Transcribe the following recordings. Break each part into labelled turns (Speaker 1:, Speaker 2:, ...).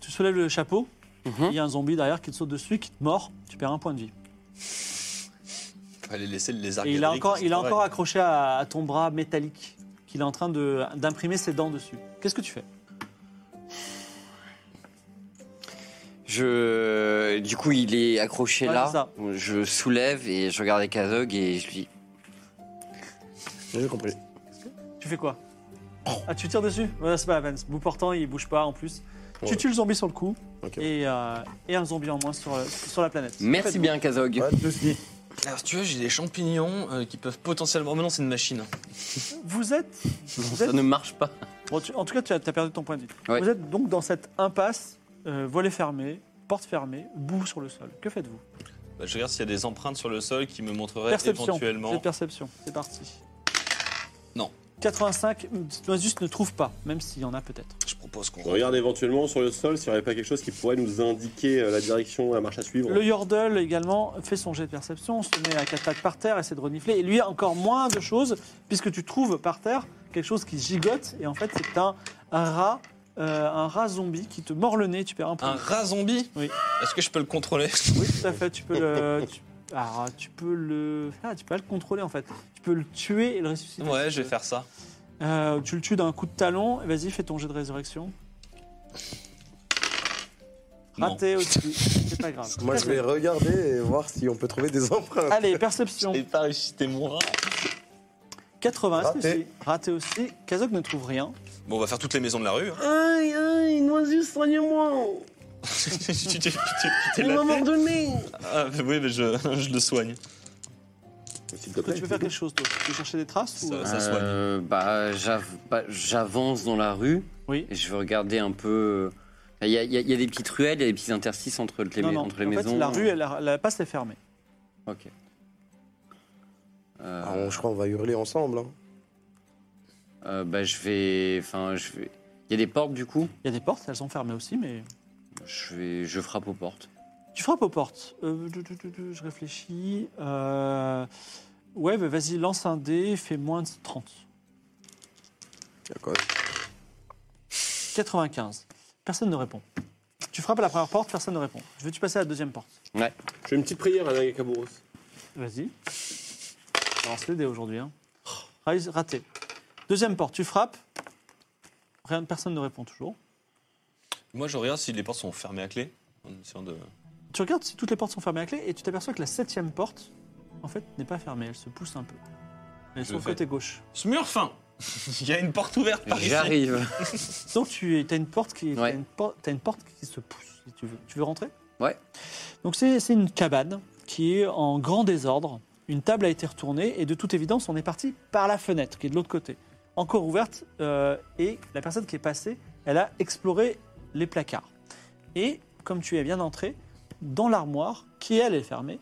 Speaker 1: Tu soulèves le chapeau, il y a un zombie derrière qui te saute dessus, qui te mord, tu perds un point de vie.
Speaker 2: Fallait laisser le lézard.
Speaker 1: Et il a
Speaker 2: Gadric,
Speaker 1: encore,
Speaker 2: Ah, c'est
Speaker 1: il a
Speaker 2: pareil.
Speaker 1: encore accroché à, à ton bras métallique qu'il est en train de- d'imprimer ses dents dessus. Qu'est-ce que tu fais
Speaker 3: Je, du coup, il est accroché
Speaker 1: Ouais, c'est
Speaker 3: là.
Speaker 1: ça.
Speaker 3: Je soulève et je regarde Kazog et je lui dis
Speaker 4: J'ai compris.
Speaker 1: Tu fais quoi Ah, tu tires dessus Ouais, C'est pas la peine. Bout portant, il bouge pas en plus. Tu
Speaker 4: Ouais.
Speaker 1: tues le zombie sur le coup
Speaker 4: Ok.
Speaker 1: et, euh, et un zombie en moins sur, sur la planète.
Speaker 3: merci
Speaker 1: Faites-vous.
Speaker 3: bien Kazog.
Speaker 4: Ouais, je suis.
Speaker 2: Alors, tu vois, j'ai des champignons euh, qui peuvent potentiellement. Mais non, c'est une machine.
Speaker 1: Vous êtes. vous
Speaker 3: Ça
Speaker 1: êtes-
Speaker 3: ne marche pas.
Speaker 1: bon, tu- en tout cas, tu as, t'as perdu ton point de vue.
Speaker 3: Ouais.
Speaker 1: Vous êtes donc dans cette impasse, euh, volet fermé, porte fermée, boue sur le sol. Que faites-vous
Speaker 2: Bah, je regarde s'il y a des empreintes sur le sol qui me montreraient
Speaker 1: Perception.
Speaker 2: éventuellement.
Speaker 1: C'est perception. C'est parti.
Speaker 2: Non.
Speaker 1: 85, juste ne trouve pas, même s'il y en a peut-être.
Speaker 2: Je propose qu'on.
Speaker 4: On regarde éventuellement sur le sol s'il n'y aurait pas quelque chose qui pourrait nous indiquer euh, la direction, la marche à suivre.
Speaker 1: Le Yordle également fait son jet de perception, se met à quatre pattes par terre, essaie de renifler. Et lui, encore moins de choses, puisque tu trouves par terre quelque chose qui gigote. Et en fait, c'est un, un rat, euh, un rat zombie qui te mord le nez. Tu perds un point.
Speaker 2: Un rat zombie
Speaker 1: Oui.
Speaker 2: Est-ce que je peux le contrôler
Speaker 1: Oui, tout à fait. Tu peux le. tu- ah, tu peux le. Ah, tu peux pas le contrôler en fait. Tu peux le tuer et le ressusciter.
Speaker 2: Ouais,
Speaker 1: si
Speaker 2: je
Speaker 1: tu
Speaker 2: vais faire ça.
Speaker 1: veux. Euh, tu le tues d'un coup de talon. et Vas-y, fais ton jet de résurrection.
Speaker 2: Non.
Speaker 1: Raté aussi. C'est pas grave.
Speaker 4: Moi, je vais regarder et voir si on peut trouver des empreintes.
Speaker 1: Allez, perception.
Speaker 2: J'ai pas réussi, c'était mon rat.
Speaker 1: 80,
Speaker 4: Raté.
Speaker 1: raté. raté aussi. Kazok ne trouve rien.
Speaker 2: Bon, on va faire toutes les maisons de la rue. hein.
Speaker 1: Ah.
Speaker 4: Aïe, aïe, noisius, soignez-moi
Speaker 2: tu t'es- tu t'es- tu t'es la tête.
Speaker 4: donné
Speaker 2: Ah, bah oui, mais je, je le soigne.
Speaker 4: S'il te
Speaker 1: Est-ce que
Speaker 4: plaît.
Speaker 1: tu veux faire quelque chose d'autre Tu veux chercher des traces ou...
Speaker 2: Ça, ça soigne.
Speaker 3: Euh, bah, j'av- bah, j'avance dans la rue
Speaker 1: Oui.
Speaker 3: et je veux regarder un peu. Il y, a- il y a- il y a des petites ruelles, il y a des petits interstices entre les,
Speaker 1: Non,
Speaker 3: mais-
Speaker 1: non.
Speaker 3: entre les
Speaker 1: en
Speaker 3: maisons. euh.
Speaker 1: fait, la rue, elle- la, la passe est fermée.
Speaker 3: Ok. Euh,
Speaker 4: Ah, on- je crois qu'on va hurler ensemble. hein.
Speaker 3: euh, bah, je vais. Enfin, je vais. Il y a des portes du coup.
Speaker 1: Il y a des portes, elles sont fermées aussi, mais...
Speaker 3: Je vais. Je frappe aux portes.
Speaker 1: Tu frappes aux portes. Euh, tu- tu- tu- tu- je réfléchis. Euh, Ouais, bah, vas-y, lance un dé, fais moins de 30.
Speaker 4: D'accord.
Speaker 1: 95. Personne ne répond. Tu frappes à la première porte, personne ne répond. Veux-tu passer à la deuxième porte
Speaker 4: Je fais une petite prière à Nagakabouros.
Speaker 1: Vas-y. On lance les dés aujourd'hui. hein. Rise, raté. Deuxième porte, tu frappes. Rien, personne ne répond toujours.
Speaker 2: Moi, je regarde si les portes sont fermées à clé. En essayant de.
Speaker 1: Tu regardes si toutes les portes sont fermées à clé et tu t'aperçois que la septième porte, en fait, n'est pas fermée. Elle se pousse un peu. Elle est
Speaker 2: Je
Speaker 1: sur le
Speaker 2: fais.
Speaker 1: côté gauche.
Speaker 2: Smurfin Il y a une porte ouverte par ici.
Speaker 3: J'arrive.
Speaker 1: Donc tu as une porte qui, t'as
Speaker 3: Ouais.
Speaker 1: une, por- t'as une porte qui se pousse. Si tu veux, tu veux rentrer
Speaker 3: Ouais.
Speaker 1: Donc c'est c'est une cabane qui est en grand désordre. Une table a été retournée et de toute évidence, on est parti par la fenêtre qui est de l'autre côté, encore ouverte. euh, et la personne qui est passée, elle a exploré les placards. Et comme tu es bien entré, dans l'armoire qui elle est fermée,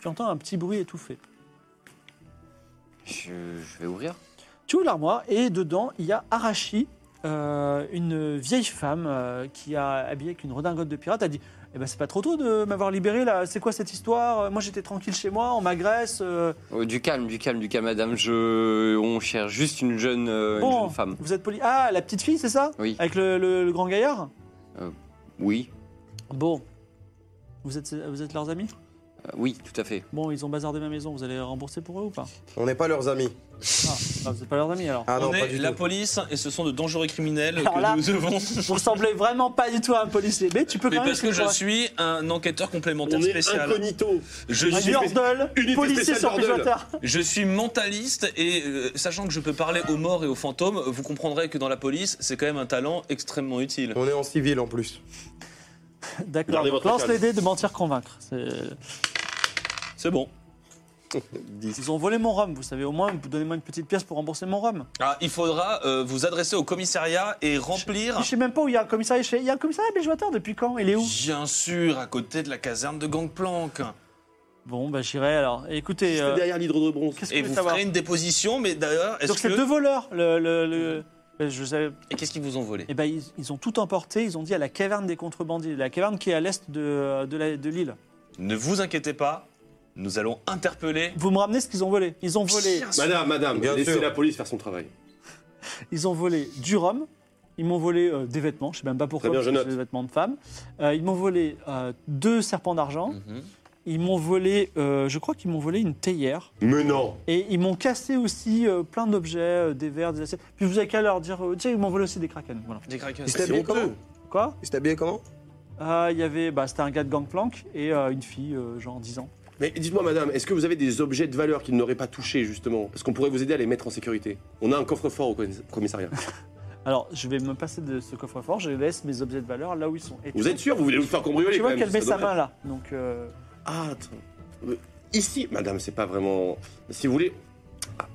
Speaker 1: tu entends un petit bruit étouffé.
Speaker 3: Je, je vais ouvrir.
Speaker 1: Tu ouvres l'armoire et dedans, il y a Arashi, euh, une vieille femme euh, qui a habillée avec une redingote de pirate. Elle dit Eh ben, c'est pas trop tôt de m'avoir libéré là. C'est quoi cette histoire Euh, Moi, j'étais tranquille chez moi, on m'agresse. euh.
Speaker 3: Oh, du calme, du calme, du calme, madame. Je, on cherche juste une jeune, euh, une
Speaker 1: Bon.
Speaker 3: jeune femme.
Speaker 1: Vous êtes poli. Ah, la petite fille, c'est ça
Speaker 3: Oui.
Speaker 1: Avec le, le- le grand gaillard
Speaker 3: Oui,
Speaker 1: Bon. Vous êtes, vous êtes leurs amis
Speaker 3: Euh, oui, tout à fait.
Speaker 1: Bon, ils ont bazardé ma maison, vous allez rembourser pour eux ou pas
Speaker 4: On n'est pas leurs amis.
Speaker 1: ah, bah, Vous n'êtes pas leurs amis alors.
Speaker 4: Ah
Speaker 2: On
Speaker 4: non, pas
Speaker 2: est
Speaker 4: du
Speaker 2: la
Speaker 4: tout.
Speaker 2: police et ce sont de dangereux criminels
Speaker 1: Alors
Speaker 2: que
Speaker 1: là-
Speaker 2: nous devons.
Speaker 1: Vous ressemblez vraiment pas du tout à un policier, mais tu peux
Speaker 2: Mais
Speaker 1: quand même.
Speaker 2: parce que je suis un enquêteur complémentaire
Speaker 4: On est
Speaker 2: spécial.
Speaker 4: incognito.
Speaker 2: Je
Speaker 1: Un
Speaker 2: suis,
Speaker 1: Yordle,
Speaker 4: Unité
Speaker 1: policier
Speaker 4: spéciale
Speaker 1: sur
Speaker 4: Yordle.
Speaker 1: piloteur.
Speaker 2: je suis mentaliste et euh, sachant que je peux parler aux morts et aux fantômes, vous comprendrez que dans la police, c'est quand même un talent extrêmement utile.
Speaker 4: On est en civil en plus.
Speaker 1: D'accord.
Speaker 4: Gardez
Speaker 1: donc
Speaker 4: votre
Speaker 1: Lance
Speaker 4: calme.
Speaker 1: les dés de mentir convaincre. C'est-
Speaker 2: C'est bon.
Speaker 4: 10.
Speaker 1: Ils ont volé mon rhum, vous savez, au moins, vous donnez-moi une petite pièce pour rembourser mon rhum.
Speaker 2: Ah, il faudra euh, vous adresser au commissariat et remplir.
Speaker 4: Ah.
Speaker 1: Je sais même pas où il y a un commissariat. je sais- Il y a un commissariat à Bridgewater depuis quand Il est où
Speaker 2: Bien sûr, à côté de la caserne de Gangplank.
Speaker 1: Bon, bah j'irai alors. Et écoutez,
Speaker 4: C'est
Speaker 1: euh,
Speaker 4: derrière l'hydro de bronze.
Speaker 1: qu'est-ce que
Speaker 2: Et
Speaker 1: vous voulez
Speaker 2: vous
Speaker 1: savoir
Speaker 2: ferez une déposition, mais d'ailleurs, est-ce
Speaker 1: Donc
Speaker 2: que.
Speaker 1: c'est deux voleurs. Le, le- le- ben, je savais.
Speaker 2: Et qu'est-ce qu'ils vous ont volé
Speaker 1: Eh ben ils, ils ont tout emporté. Ils ont dit à la caverne des contrebandiers, la caverne qui est à l'est de, de la- de l'île.
Speaker 2: Ne vous inquiétez pas, nous allons interpeller.
Speaker 1: Vous me ramenez ce qu'ils ont volé. Ils ont volé.
Speaker 2: Bien sûr.
Speaker 4: Madame, madame,
Speaker 5: Bien
Speaker 4: laissez
Speaker 5: sûr.
Speaker 4: la police faire son travail.
Speaker 1: Ils ont volé du rhum. Ils m'ont volé euh, des vêtements. Je sais même pas pourquoi.
Speaker 4: Très bien,
Speaker 1: parce
Speaker 4: je
Speaker 1: que
Speaker 4: note.
Speaker 1: c'est des vêtements de femmes. Euh, ils m'ont volé euh, deux serpents d'argent.
Speaker 2: Mhm.
Speaker 1: Ils m'ont volé. euh, je crois qu'ils m'ont volé une théière.
Speaker 4: Mais non
Speaker 1: Et ils m'ont cassé aussi euh, plein d'objets, euh, des verres, des assiettes. Puis vous avez qu'à leur dire, euh, tiens, ils m'ont volé aussi des kraken. Voilà.
Speaker 2: Des craqueurs.
Speaker 5: Il s'est
Speaker 4: C'est
Speaker 5: habillé
Speaker 4: honteux.
Speaker 5: comment
Speaker 1: Quoi
Speaker 5: Il s'est habillé comment
Speaker 1: Ah, Il y avait, bah, c'était un gars de gangplank et euh, une fille, euh, genre 10 ans.
Speaker 4: Mais dites-moi, madame, est-ce que vous avez des objets de valeur qu'ils n'auraient pas touchés, justement Parce qu'on pourrait vous aider à les mettre en sécurité. On a un coffre-fort au commis- commissariat.
Speaker 1: Alors, je vais me passer de ce coffre-fort, je laisse mes objets de valeur là où ils sont. Et
Speaker 4: Vous
Speaker 1: tu
Speaker 4: êtes sûr Vous voulez vous faire
Speaker 1: vois-
Speaker 4: cambrioler
Speaker 1: Tu
Speaker 4: quand
Speaker 1: vois
Speaker 4: même,
Speaker 1: qu'elle
Speaker 4: ça
Speaker 1: met sa
Speaker 4: devrait-
Speaker 1: main là. Donc, euh,
Speaker 4: Ah, attends. Euh, Ici, madame, c'est pas vraiment. Si vous voulez. Ah.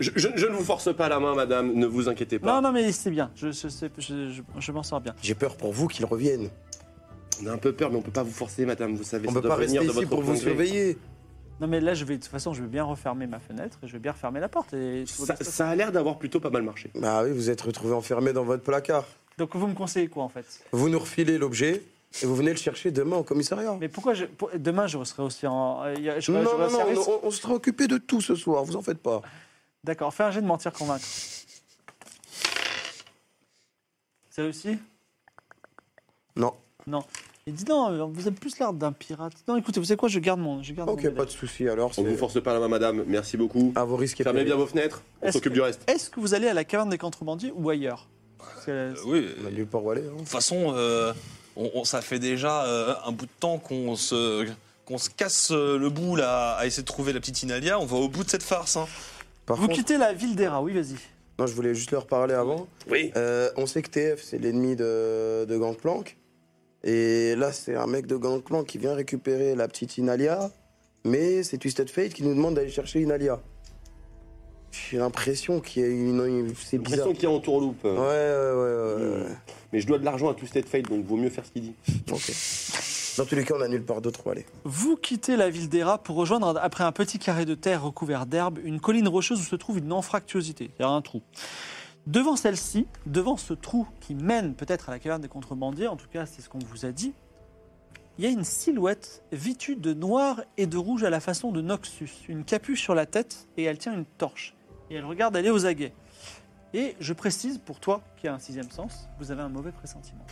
Speaker 4: Je, je- je ne vous force pas la main, madame, ne vous inquiétez
Speaker 1: Non,
Speaker 4: pas.
Speaker 1: non, mais c'est bien, je, je, sais- je, je- je m'en sors bien.
Speaker 5: J'ai peur pour vous qu'ils reviennent.
Speaker 4: On a un peu peur, mais on peut pas vous forcer, madame, vous savez,
Speaker 5: On
Speaker 4: ça
Speaker 5: peut
Speaker 4: doit
Speaker 5: pas
Speaker 4: venir
Speaker 5: rester
Speaker 4: de
Speaker 5: ici
Speaker 4: votre
Speaker 5: pour vous
Speaker 4: plein gré.
Speaker 5: surveiller.
Speaker 1: Non, mais là, je vais, de toute façon, je vais bien refermer ma fenêtre et je vais bien refermer la porte. Et tout va
Speaker 4: Ça,
Speaker 1: bien se passer.
Speaker 4: ça a l'air d'avoir plutôt pas mal marché.
Speaker 5: Bah oui, vous êtes retrouvé enfermé dans votre placard.
Speaker 1: Donc, vous me conseillez quoi en fait
Speaker 5: Vous nous refilez l'objet et vous venez le chercher demain au commissariat.
Speaker 1: Mais pourquoi je, pour- demain, je serai aussi en. euh, je serai-
Speaker 5: Non,
Speaker 1: je serai
Speaker 5: non,
Speaker 1: au
Speaker 5: non,
Speaker 1: service
Speaker 5: on, on sera occupé de tout ce soir, vous en faites pas.
Speaker 1: D'accord, fais un jet de mentir convaincre. C'est réussi
Speaker 5: Non,
Speaker 1: Il dit non, euh, vous avez plus l'air d'un pirate. Non, écoutez, Ah, vous savez quoi, je garde mon. Je garde mon
Speaker 5: ok,
Speaker 1: béret.
Speaker 5: pas de souci alors.
Speaker 4: On
Speaker 5: c'est- Ah,
Speaker 4: vous force pas la main, madame, merci beaucoup.
Speaker 5: À vos risques et
Speaker 4: Fermez
Speaker 5: périls.
Speaker 4: bien vos fenêtres, on
Speaker 1: Est-ce
Speaker 4: s'occupe
Speaker 1: que-
Speaker 4: du reste.
Speaker 1: Est-ce que vous allez à la caverne des contrebandiers ou ailleurs Parce que, euh,
Speaker 2: Euh, oui,
Speaker 5: On
Speaker 2: euh,
Speaker 5: a
Speaker 2: de
Speaker 5: nulle part où aller. hein.
Speaker 2: toute façon, euh, on- on- ça fait déjà euh, un bout de temps qu'on se, qu'on se casse euh, le bout là, à essayer de trouver la petite Inalia. On va au bout de cette farce. hein.
Speaker 5: Par
Speaker 1: Vous
Speaker 5: contre,
Speaker 1: quittez la ville d'Era, oui, vas-y.
Speaker 5: non, je voulais juste leur parler avant.
Speaker 4: Oui.
Speaker 5: Euh, on sait que TF, c'est l'ennemi de, de Gangplank. Et là, c'est un mec de Gangplank qui vient récupérer la petite Inalia. Mais c'est Twisted Fate qui nous demande d'aller chercher Inalia. J'ai l'impression qu'il y a une. C'est
Speaker 4: L'impression
Speaker 5: bizarre. Ouais,
Speaker 4: qu'il y a en tourloupe.
Speaker 5: ouais, ouais. ouais, ouais.
Speaker 4: Mais je dois de l'argent à tout State Fate, donc vaut mieux faire ce qu'il dit.
Speaker 5: Ok. Dans tous les cas, on a nulle part d'autre où aller.
Speaker 1: Vous quittez la ville d'Era pour rejoindre, après un petit carré de terre recouvert d'herbe, une colline rocheuse où se trouve une anfractuosité, il y a un trou. Devant celle-ci, devant ce trou qui mène peut-être à la caverne des contrebandiers, en tout cas c'est ce qu'on vous a dit, il y a une silhouette vêtue de noir et de rouge à la façon de Noxus, une capuche sur la tête et elle tient une torche. Et elle regarde aller aux aguets. Et je précise pour toi qui a un sixième sens, vous avez un mauvais pressentiment.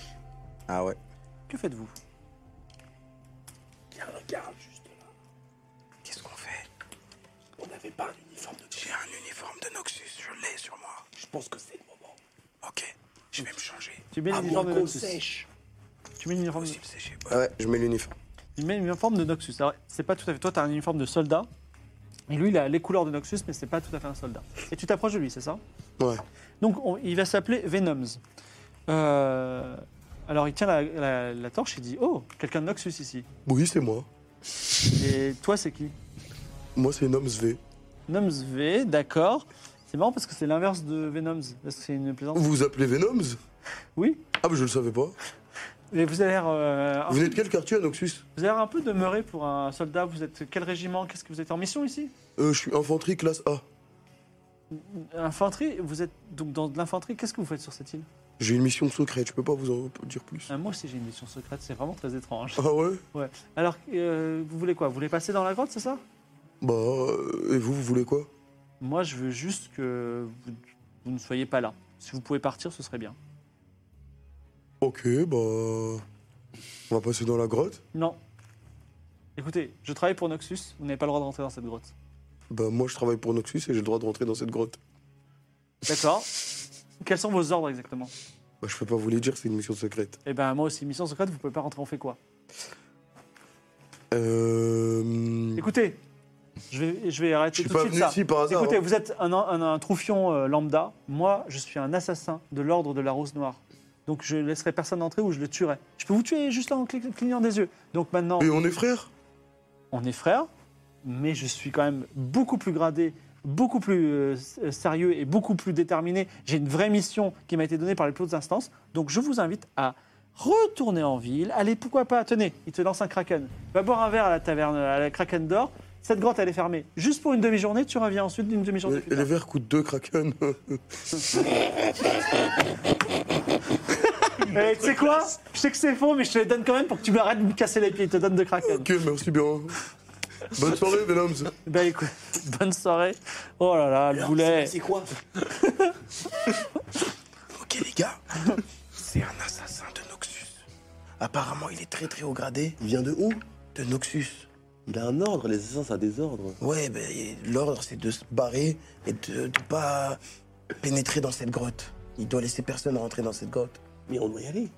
Speaker 5: Ah ouais.
Speaker 1: Que faites-vous
Speaker 4: Regarde juste là,
Speaker 5: Qu'est-ce qu'on fait
Speaker 4: on n'avait pas un uniforme de
Speaker 5: J'ai un uniforme de Noxus, je l'ai sur moi.
Speaker 4: Je pense que c'est le moment.
Speaker 5: Ok, je vais me changer.
Speaker 1: Tu
Speaker 6: Ah,
Speaker 1: mets l'uniforme de Noxus. Tu mets l'uniforme de Noxus.
Speaker 5: ouais, je mets l'uniforme.
Speaker 1: Il met l'uniforme de Noxus. Alors, c'est pas tout à fait. Toi, t'as un uniforme de soldat. Et lui, il a les couleurs de Noxus, mais c'est pas tout à fait un soldat. Et tu t'approches de lui, c'est ça
Speaker 5: Ouais.
Speaker 1: Donc, on- il va s'appeler Venoms. Euh, alors, il tient la, la- la torche, il dit Oh, quelqu'un de Noxus ici.
Speaker 5: Oui, c'est moi.
Speaker 1: Et toi, c'est qui
Speaker 5: Moi, c'est Noms V.
Speaker 1: Noms V, d'accord. C'est marrant parce que c'est l'inverse de Venoms. Est-ce que c'est une plaisante
Speaker 5: Vous vous appelez Venoms
Speaker 1: Oui.
Speaker 5: Ah, bah je le savais pas.
Speaker 1: Et vous avez l'air. euh, un-
Speaker 5: Vous venez de quel quartier à Noxus
Speaker 1: vous avez l'air un peu demeuré pour un soldat. Vous êtes quel régiment Qu'est-ce que vous êtes en mission ici
Speaker 5: euh, Je suis infanterie classe A.
Speaker 1: Infanterie, vous êtes donc dans de l'infanterie. Qu'est-ce que vous faites sur cette île
Speaker 5: J'ai une mission secrète, je peux pas vous en dire plus.
Speaker 1: Ah, Moi aussi j'ai une mission secrète, c'est vraiment très étrange.
Speaker 5: Ah ouais
Speaker 1: Alors, euh, vous voulez quoi Vous voulez passer dans la grotte, c'est ça
Speaker 5: Bah, euh, et vous, vous voulez quoi
Speaker 1: Moi, je veux juste que vous, vous ne soyez pas là. Si vous pouvez partir, ce serait bien.
Speaker 5: Ok, bah. On va passer dans la grotte.
Speaker 1: Non. Écoutez, je travaille pour Noxus, vous n'avez pas le droit de rentrer dans cette grotte.
Speaker 5: Bah, moi, je travaille pour Noxus et j'ai le droit de rentrer dans cette grotte.
Speaker 1: D'accord Quels sont vos ordres exactement
Speaker 5: Bah, je peux pas vous les dire, c'est une mission secrète.
Speaker 1: Eh ben, moi aussi, mission secrète, vous pouvez pas rentrer, on fait quoi
Speaker 5: Euh.
Speaker 1: Écoutez, je vais, je vais arrêter
Speaker 5: Je suis
Speaker 1: tout de
Speaker 5: pas
Speaker 1: suite
Speaker 5: venu
Speaker 1: ça.
Speaker 5: ici par hasard.
Speaker 1: Écoutez,
Speaker 5: hein.
Speaker 1: vous êtes un, un, un troufion euh, lambda. Moi, je suis un assassin de l'ordre de la Rose Noire. Donc, je laisserai personne entrer ou je le tuerai. Je peux vous tuer juste là en cli- clignant des yeux. Donc, maintenant,
Speaker 5: Mais on est frères
Speaker 1: on est frères. mais je suis quand même beaucoup plus gradé, beaucoup plus euh, s- euh, sérieux et beaucoup plus déterminé. J'ai une vraie mission qui m'a été donnée par les plus hautes instances. Donc je vous invite à retourner en ville. Allez, pourquoi pas, tenez, il te lance un kraken. Va boire un verre à la taverne, à la kraken d'or. Cette grotte, elle est fermée. Juste pour une demi-journée, tu reviens ensuite d'une demi-journée.
Speaker 5: Et
Speaker 1: plus
Speaker 5: le
Speaker 1: tard.
Speaker 5: verre coûte 2 kraken.
Speaker 1: Eh, Tu sais quoi Je sais que c'est faux, mais je te les donne quand même pour que tu m'arrêtes de me casser les pieds. Il te donne deux kraken.
Speaker 5: ok, merci bien. Bonne soirée, Venomz.
Speaker 1: Bah écoute, bonne soirée. Oh là là, le boulet.
Speaker 5: C'est quoi Ok, les gars. C'est un assassin de Noxus. Apparemment, il est très très haut gradé.
Speaker 6: Il vient de où
Speaker 5: De Noxus.
Speaker 6: Il a un ordre, les assassins, ça a des ordres.
Speaker 5: Ouais, ben, et l'ordre, c'est de se barrer et de ne pas pénétrer dans cette grotte. Il doit laisser personne rentrer dans cette grotte.
Speaker 6: Mais on doit y aller.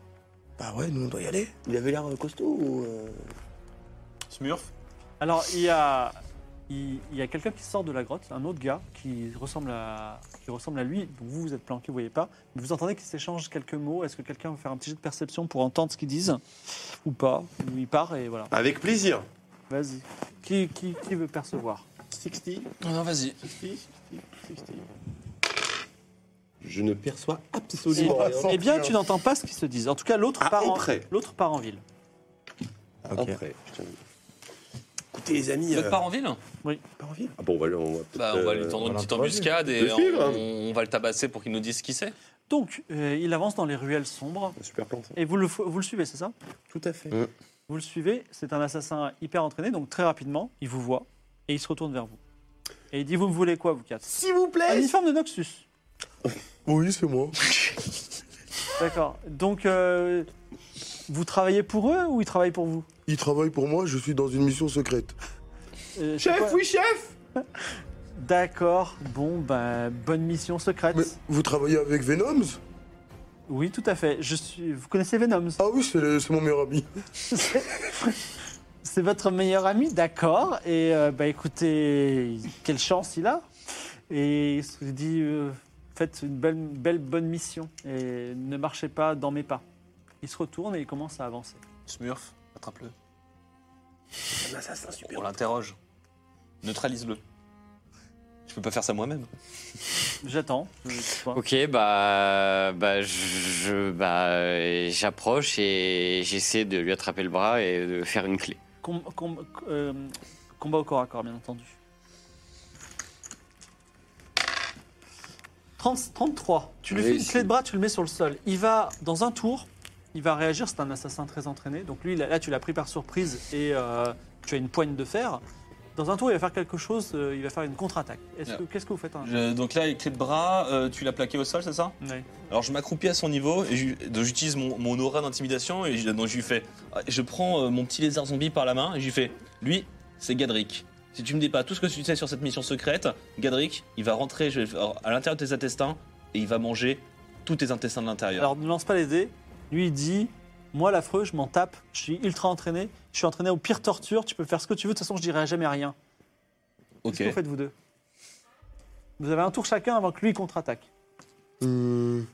Speaker 5: Bah ouais, nous, on doit y aller.
Speaker 6: Il avait l'air costaud ou. euh,
Speaker 2: Smurf
Speaker 1: Alors, il y a, il, il y a quelqu'un qui sort de la grotte, un autre gars qui ressemble à, qui ressemble à lui. Donc vous, vous êtes planqué, vous voyez pas. Mais vous entendez qu'ils s'échangent quelques mots. Est-ce que quelqu'un veut faire un petit jeu de perception pour entendre ce qu'ils disent Ou pas Ou il part et voilà.
Speaker 4: Avec plaisir.
Speaker 1: Vas-y. Qui, qui, qui veut percevoir
Speaker 4: 60,
Speaker 2: Non, vas-y.
Speaker 4: 60, 60. Je ne perçois absolument rien.
Speaker 1: Eh bien, tu n'entends pas ce qu'ils se disent. En tout cas, l'autre
Speaker 4: Ah,
Speaker 1: part, en-
Speaker 4: auprès.
Speaker 1: l'autre part en ville.
Speaker 4: Après, je tiens-
Speaker 6: Écoutez, les amis.
Speaker 2: L'autre
Speaker 6: euh,
Speaker 2: part en ville
Speaker 6: pas envie.
Speaker 4: Ah bon, on va, le- on va peut-être,
Speaker 2: Bah, on va
Speaker 4: euh,
Speaker 2: lui tendre une
Speaker 6: voilà,
Speaker 2: petite
Speaker 6: on va
Speaker 2: embuscade et
Speaker 4: le suivre, hein.
Speaker 2: on, on va le tabasser pour qu'il nous dise qui c'est.
Speaker 1: Donc, euh, il avance dans les ruelles sombres.
Speaker 4: Super plan, ça.
Speaker 1: Et vous le, fo- vous le suivez, c'est ça
Speaker 6: Tout à fait.
Speaker 1: Vous le suivez, c'est un assassin hyper entraîné, donc très rapidement, il vous voit et il se retourne vers vous. Et il dit Vous me voulez quoi, vous quatre S'il vous plaît Un uniforme de Noxus.
Speaker 5: Oui, c'est moi.
Speaker 1: D'accord. Donc, euh, vous travaillez pour eux ou ils travaillent pour vous
Speaker 5: Il travaille pour moi, je suis dans une mission secrète.
Speaker 1: Euh, c'est quoi
Speaker 4: Chef, oui, chef
Speaker 1: D'accord, bon, ben, bonne mission secrète.
Speaker 5: Mais vous travaillez avec Venomz
Speaker 1: Oui, tout à fait. Je suis... Vous connaissez Venom
Speaker 5: Ah oui, c'est le- c'est mon meilleur ami.
Speaker 1: C'est c'est votre meilleur ami, d'accord. Et euh, bah écoutez, quelle chance il a. Et il se dit, euh, faites une belle, belle bonne mission et ne marchez pas dans mes pas. Il se retourne et il commence à avancer.
Speaker 2: Smurf, attrape-le.
Speaker 6: Un assassin super.
Speaker 2: On l'interroge. Neutralise-le. Je peux pas faire ça moi-même.
Speaker 1: J'attends. Euh, je- je vois.
Speaker 3: Ok, bah, bah, je, je- bah, euh, j'approche et j'essaie de lui attraper le bras et de faire une clé.
Speaker 1: Com- com- euh, combat au corps à corps, bien entendu. 30 33. Tu lui fais une
Speaker 3: Réussi.
Speaker 1: clé de bras, tu le mets sur le sol. Il va, dans un tour, il va réagir. C'est un assassin très entraîné. Donc lui, là, là, tu l'as pris par surprise et euh, tu as une poigne de fer. Dans un tour, il va faire quelque chose, euh, il va faire une contre-attaque. Est-ce que-
Speaker 2: Yeah.
Speaker 1: Qu'est-ce que vous faites hein
Speaker 2: Je- donc là, les clés de bras, euh, tu l'as plaqué au sol, c'est ça
Speaker 1: Ouais.
Speaker 2: Alors je m'accroupis à son niveau et je- donc j'utilise mon, mon aura d'intimidation et je, donc je lui fais. Je prends euh, mon petit lézard zombie par la main et je lui fais. Lui, c'est Gadrick. Si tu me dis pas tout ce que tu sais sur cette mission secrète, Gadrick, il va rentrer je vais- à l'intérieur de tes intestins et il va manger tous tes intestins de l'intérieur.
Speaker 1: Alors ne lance pas les dés. Lui, il dit Moi, l'affreux, je m'en tape. Je suis ultra entraîné. Je suis entraîné aux pires tortures. Tu peux faire ce que tu veux. De toute façon, je dirai jamais rien.
Speaker 2: Ok.
Speaker 1: Qu'est-ce que vous faites, vous deux Vous avez un tour chacun avant que lui contre-attaque.
Speaker 5: Hum.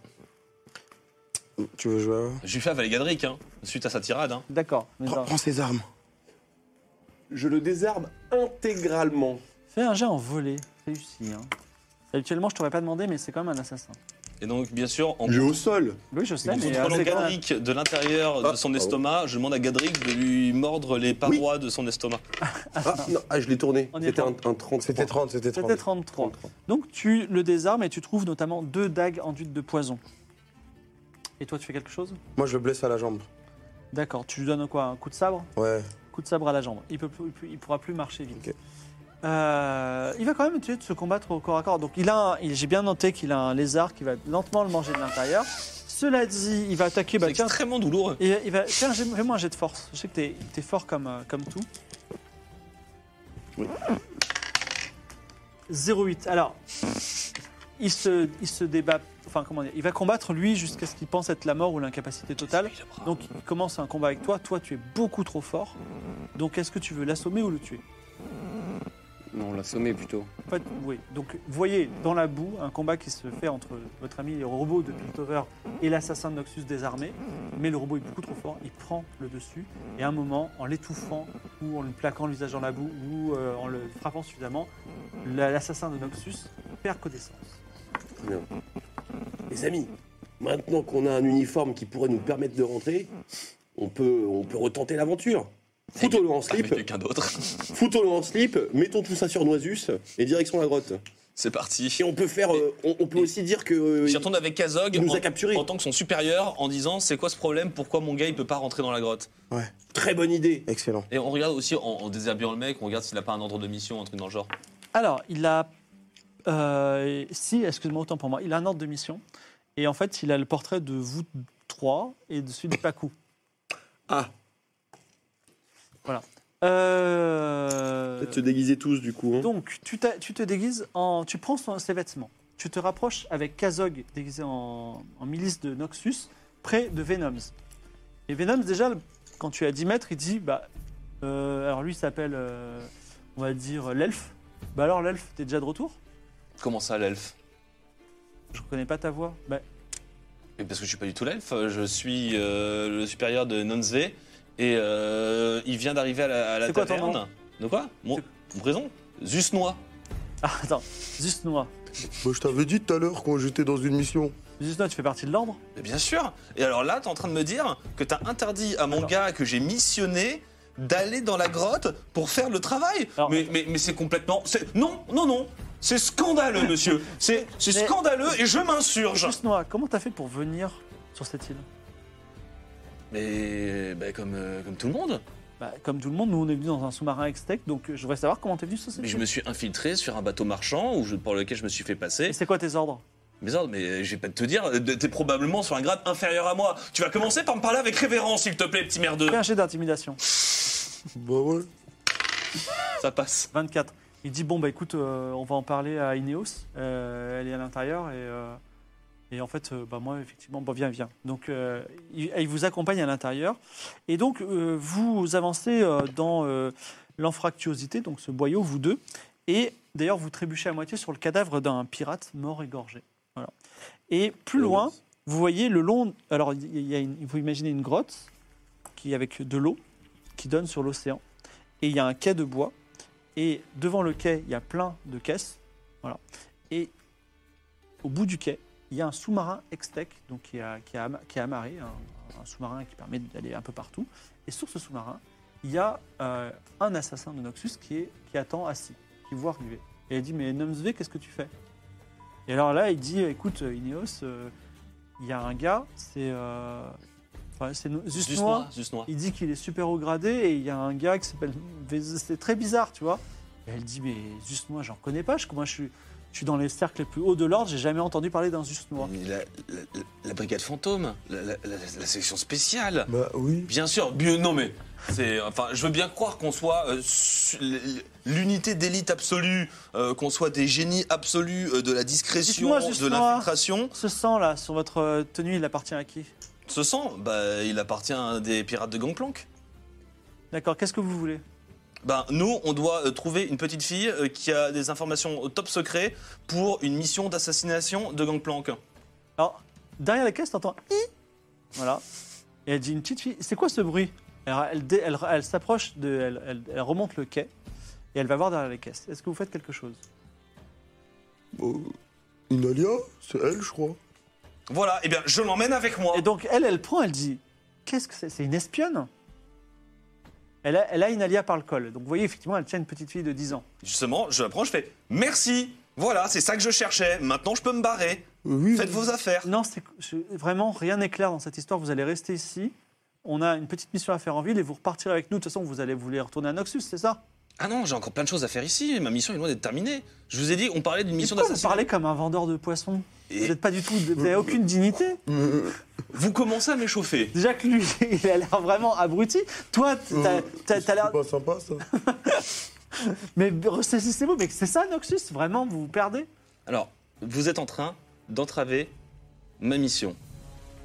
Speaker 5: Tu veux jouer à...
Speaker 2: Je lui fais avaler Gadrick, hein, suite à sa tirade. Hein.
Speaker 1: D'accord. mais
Speaker 5: Prends,
Speaker 1: non.
Speaker 5: prends ses armes.
Speaker 4: Je le désarme intégralement.
Speaker 1: Fais un jet en volée. Réussi. Hein. Habituellement, je t'aurais pas demandé, mais c'est quand même un assassin.
Speaker 2: Et donc, bien sûr, en
Speaker 4: Il est au sol.
Speaker 1: Oui, je sais,
Speaker 2: En
Speaker 1: mais
Speaker 2: contrôlant
Speaker 1: euh, c'est quand même-
Speaker 2: Gadrick de l'intérieur de
Speaker 4: Ah,
Speaker 2: son
Speaker 4: pardon.
Speaker 2: estomac, je demande à Gadrick de lui mordre les parois de son estomac.
Speaker 4: Ah, non, ah, je l'ai tourné.
Speaker 1: On y est
Speaker 4: C'était
Speaker 1: pas.
Speaker 4: un, un 30.
Speaker 5: C'était 30, c'était 30.
Speaker 1: c'était 33. Donc, tu le désarmes et tu trouves notamment deux dagues enduites de poison. Et toi, tu fais quelque chose
Speaker 5: Moi, je le blesse à la jambe.
Speaker 1: D'accord. Tu lui donnes quoi Un coup de sabre
Speaker 5: Ouais.
Speaker 1: Coup de sabre à la jambe. Il peut plus- il peut- il pourra plus marcher vite.
Speaker 5: Ok.
Speaker 1: Euh, il va quand même essayer de se combattre au corps à corps. Donc il a, un- il- j'ai bien noté qu'il a un lézard qui va lentement le manger de l'intérieur. Cela dit, il va attaquer. Bah,
Speaker 2: C'est
Speaker 1: tiens,
Speaker 2: extrêmement douloureux.
Speaker 1: il, il va, tiens, j'ai- fais-moi un jet de force. Je sais que t'es, t'es fort comme, euh, comme tout. 0,8. Alors, il se, il se débat. Enfin, comment dire Il va combattre lui jusqu'à ce qu'il pense être la mort ou l'incapacité totale. Donc, il commence un combat avec toi. Toi, tu es beaucoup trop fort. Donc, est-ce que tu veux l'assommer ou le tuer
Speaker 3: Non, l'assommer plutôt.
Speaker 1: Pas de- oui. Donc, vous voyez dans la boue un combat qui se fait entre votre ami le robot de Piltover et l'assassin de Noxus désarmé. mais le robot est beaucoup trop fort, il prend le dessus, et à un moment, en l'étouffant, ou en lui plaquant le visage dans la boue, ou euh, en le frappant suffisamment, la- l'assassin de Noxus perd connaissance.
Speaker 6: Les amis, maintenant qu'on a un uniforme qui pourrait nous permettre de rentrer, on peut, on peut retenter l'aventure. Foutons-le en
Speaker 2: Avec
Speaker 6: slip,
Speaker 2: Ah, quelqu'un d'autre.
Speaker 6: foutons-le en slip, mettons tout ça sur Noisus et direction la grotte.
Speaker 2: C'est parti.
Speaker 6: Et on peut faire, euh, on, on peut aussi dire que euh,
Speaker 2: J'y retourne avec Kazog
Speaker 6: il nous
Speaker 2: en,
Speaker 6: a capturés.
Speaker 2: en tant que son supérieur en disant c'est quoi ce problème, pourquoi mon gars il peut pas rentrer dans la grotte.
Speaker 6: très bonne idée.
Speaker 5: Excellent.
Speaker 2: Et on regarde aussi en, en déshabillant le mec, on regarde s'il a pas un ordre de mission, un truc dans le genre.
Speaker 1: Alors, il a. euh, si, excuse-moi, autant pour moi, il a un ordre de mission, et en fait, il a le portrait de vous trois et de celui de Paku.
Speaker 6: Ah.
Speaker 1: Voilà. Euh,
Speaker 6: Peut-être se déguiser tous du coup. hein.
Speaker 1: Donc, tu, t'a- tu te déguises en. Tu prends son- ses vêtements. Tu te rapproches avec Kazog, déguisé en, en milice de Noxus, près de Venoms. Et Venoms, déjà, quand tu es à 10 mètres, il dit Bah. euh, alors, lui, il s'appelle, euh, on va dire, l'elfe. Bah, alors, l'elfe, t'es déjà de retour
Speaker 2: Comment ça l'elfe
Speaker 1: Je reconnais pas ta voix. Bah,
Speaker 2: Mais Parce que je suis pas du tout l'elfe, je suis euh, le supérieur de Nonze et euh, il vient d'arriver à la, à la
Speaker 1: C'est quoi ton
Speaker 2: taverne.
Speaker 1: nom
Speaker 2: de quoi Mon, mon prénom Zusnois.
Speaker 1: ah, attends, Zusnoa.
Speaker 5: Moi, Bah, je t'avais dit tout à l'heure qu'on j'étais dans une mission.
Speaker 1: Zusnoa, tu fais partie de l'ordre
Speaker 2: Mais bien sûr Et alors là, t'es en train de me dire que t'as interdit à mon
Speaker 1: Alors.
Speaker 2: gars que j'ai missionné d'aller dans la grotte pour faire le travail
Speaker 1: Alors.
Speaker 2: Mais, mais, mais c'est complètement... c'est- Non, non, non C'est scandaleux, monsieur C'est c'est
Speaker 1: Mais-
Speaker 2: scandaleux et je m'insurge
Speaker 1: Zusnoa, comment t'as fait pour venir sur cette île
Speaker 2: Mais bah, comme, euh, comme tout le monde,
Speaker 1: Bah, comme tout le monde, nous, on est venus dans un sous-marin ex-tech, donc euh, je voudrais savoir comment t'es venu sur cette
Speaker 2: mais je
Speaker 1: île.
Speaker 2: me suis infiltré sur un bateau marchand où je- pour lequel je me suis fait passer.
Speaker 1: Et c'est quoi tes ordres
Speaker 2: Mais ordres, mais j'ai pas de te dire, euh, t'es probablement sur un grade inférieur à moi. Tu vas commencer par me parler avec révérence, s'il te plaît, petit merdeux.
Speaker 1: Fais un jet d'intimidation.
Speaker 5: Bah ouais.
Speaker 2: Ça passe.
Speaker 1: 24. Il dit bon bah écoute, euh, on va en parler à Ineos. Euh, elle est à l'intérieur et, euh, et en fait euh, bah moi effectivement bon viens viens. Donc euh, il, il vous accompagne à l'intérieur et donc euh, vous avancez euh, dans euh, l'anfractuosité donc ce boyau vous deux et d'ailleurs vous trébuchez à moitié sur le cadavre d'un pirate mort égorgé. Voilà. Et plus loin vous voyez le long alors il y a une- il faut imaginer une grotte qui avec de l'eau qui donne sur l'océan et il y a un quai de bois et devant le quai, il y a plein de caisses. Voilà. Et au bout du quai, il y a un sous-marin Extec, donc qui, a- qui, a ama- qui est amarré, un, un sous-marin qui permet d'aller un peu partout. Et sur ce sous-marin, il y a euh, un assassin de Noxus qui, est, qui attend assis, qui voit arriver. Et il dit Mais Nomsve, qu'est-ce que tu fais Et alors là, il dit Écoute, euh, Ineos, euh, il y a un gars, c'est. euh, enfin, c'est No- Zusnoa.
Speaker 2: juste noir.
Speaker 1: Il dit qu'il est super haut gradé et il y a un gars qui s'appelle. C'est très bizarre, tu vois. Et elle dit Mais juste moi, j'en connais pas. Je, moi, je suis, je suis dans les cercles les plus hauts de l'ordre. J'ai jamais entendu parler d'un juste noir.
Speaker 2: La, la- la- la brigade fantôme, la, la- la- la section spéciale.
Speaker 5: Bah oui.
Speaker 2: Bien sûr, bien, non mais. c'est- Enfin, je veux bien croire qu'on soit euh, su- l- l'unité d'élite absolue, euh, qu'on soit des génies absolus euh, de la discrétion,
Speaker 1: Dites-moi, juste
Speaker 2: de
Speaker 1: moi.
Speaker 2: l'infiltration.
Speaker 1: Ce sang là sur votre euh, tenue, il appartient à qui
Speaker 2: Ce sang, bah, il appartient à des pirates de Gangplank.
Speaker 1: D'accord. Qu'est-ce que vous voulez
Speaker 2: Ben, nous, on doit euh, trouver une petite fille euh, qui a des informations au top secret pour une mission d'assassination de Gangplank.
Speaker 1: Alors derrière la caisse, t'entends Hi Voilà. Et elle dit une petite fille. C'est quoi ce bruit Alors elle, dé- elle, elle s'approche de, elle, elle- elle remonte le quai et elle va voir derrière les caisses. Est-ce que vous faites quelque chose
Speaker 5: Oh, Inalia, c'est elle, je crois.
Speaker 2: Voilà, et bien je l'emmène avec moi.
Speaker 1: Et donc, elle, elle prend, elle dit Qu'est-ce que c'est C'est une espionne elle a, elle a une alia par le col. Donc, vous voyez, effectivement, elle tient une petite fille de 10 ans.
Speaker 2: Justement, je l'approche, je fais merci. Voilà, c'est ça que je cherchais. Maintenant, je peux me barrer.
Speaker 1: Mmh.
Speaker 5: Oui. Euh,
Speaker 2: Faites vos affaires.
Speaker 1: Non, c'est je- vraiment rien n'est clair dans cette histoire. Vous allez rester ici. On a une petite mission à faire en ville et vous repartirez avec nous. De toute façon, vous allez voulez retourner à Noxus, c'est ça
Speaker 2: Ah non, j'ai encore plein de choses à faire ici. Ma mission est loin d'être terminée. Je vous ai dit, on parlait d'une
Speaker 1: Mais
Speaker 2: mission
Speaker 1: pourquoi Vous
Speaker 2: d'assassination.
Speaker 1: parlez comme un vendeur de poissons. Vous
Speaker 2: Et
Speaker 1: n'êtes pas du tout. Vous n'avez aucune dignité.
Speaker 2: vous commencez à m'échauffer.
Speaker 1: Déjà que lui, il a l'air vraiment abruti. Toi,
Speaker 2: Euh,
Speaker 1: t'as- t'as t'as l'air.
Speaker 5: C'est pas sympa, ça.
Speaker 1: Mais ressaisissez-vous, mais c'est ça, Noxus Vraiment, vous vous perdez
Speaker 2: Alors, vous êtes en train d'entraver ma mission.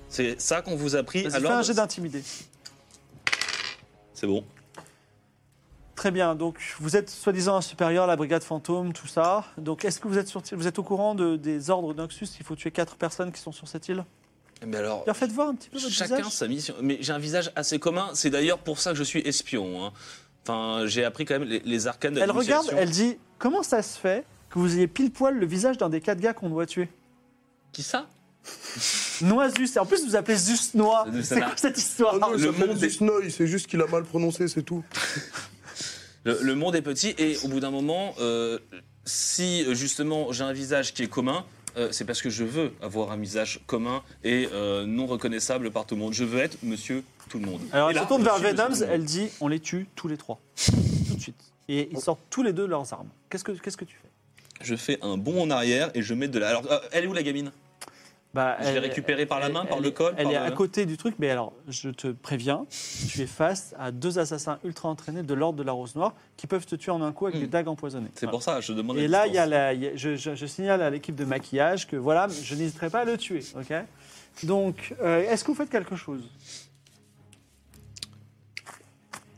Speaker 2: C'est ça qu'on vous a pris.
Speaker 1: Vas-y, fais
Speaker 2: Alors,
Speaker 1: un jet d'intimider.
Speaker 2: c'est bon.
Speaker 1: Très bien, donc vous êtes soi-disant un supérieur, la brigade fantôme, tout ça. Donc est-ce que vous êtes, sur- vous êtes au courant de- des ordres Noxus Il faut tuer quatre personnes qui sont sur cette île
Speaker 2: Mais Eh ben alors,
Speaker 1: Leur faites voir un petit peu votre
Speaker 2: chacun
Speaker 1: visage.
Speaker 2: sa mission. Mais j'ai un visage assez commun. C'est d'ailleurs pour ça que je suis espion. hein. Enfin, j'ai appris quand même les, les arcanes de la
Speaker 1: Elle regarde,
Speaker 2: négociation.
Speaker 1: elle dit Comment ça se fait que vous ayez pile poil le visage d'un des quatre gars qu'on doit tuer
Speaker 2: Qui ça
Speaker 1: Noisus, et en plus vous appelez Zeus Noir.
Speaker 2: Ça
Speaker 1: C'est
Speaker 2: n'a-
Speaker 1: quoi cette
Speaker 5: Ah
Speaker 1: histoire
Speaker 2: non, le monde est-
Speaker 5: Snoy, c'est juste qu'il a mal prononcé, c'est tout.
Speaker 2: Le, le monde est petit et au bout d'un moment, euh, si euh, justement j'ai un visage qui est commun, euh, c'est parce que je veux avoir un visage commun et euh, non reconnaissable par tout le monde. Je veux être monsieur tout le monde.
Speaker 1: Alors
Speaker 2: Et
Speaker 1: elle
Speaker 2: là,
Speaker 1: se tourne vers
Speaker 2: monsieur, monsieur
Speaker 1: Venoms,
Speaker 2: tout le monde.
Speaker 1: elle dit On les tue tous les trois. Tout de suite. Et ils sortent tous les deux leurs armes. Qu'est-ce que, qu'est-ce que tu fais
Speaker 2: Je fais un bond en arrière et je mets de la. Alors, euh, elle est où la gamine
Speaker 1: bah,
Speaker 2: Je l'ai récupérée par la main, par
Speaker 1: elle
Speaker 2: le
Speaker 1: est-
Speaker 2: col,
Speaker 1: Elle
Speaker 2: par
Speaker 1: est
Speaker 2: le-
Speaker 1: à côté du truc, mais alors, je te préviens, tu es face à deux assassins ultra entraînés de l'ordre de la Rose Noire qui peuvent te tuer en un coup avec
Speaker 2: Hmm.
Speaker 1: des dagues empoisonnées.
Speaker 2: C'est
Speaker 1: Voilà.
Speaker 2: pour ça, je demande.
Speaker 1: Et
Speaker 2: la
Speaker 1: là,
Speaker 2: distance.
Speaker 1: il y a la- il y a- je, je- je signale à l'équipe de maquillage que voilà, je n'hésiterai pas à le tuer. ok Donc, euh, est-ce que vous faites quelque chose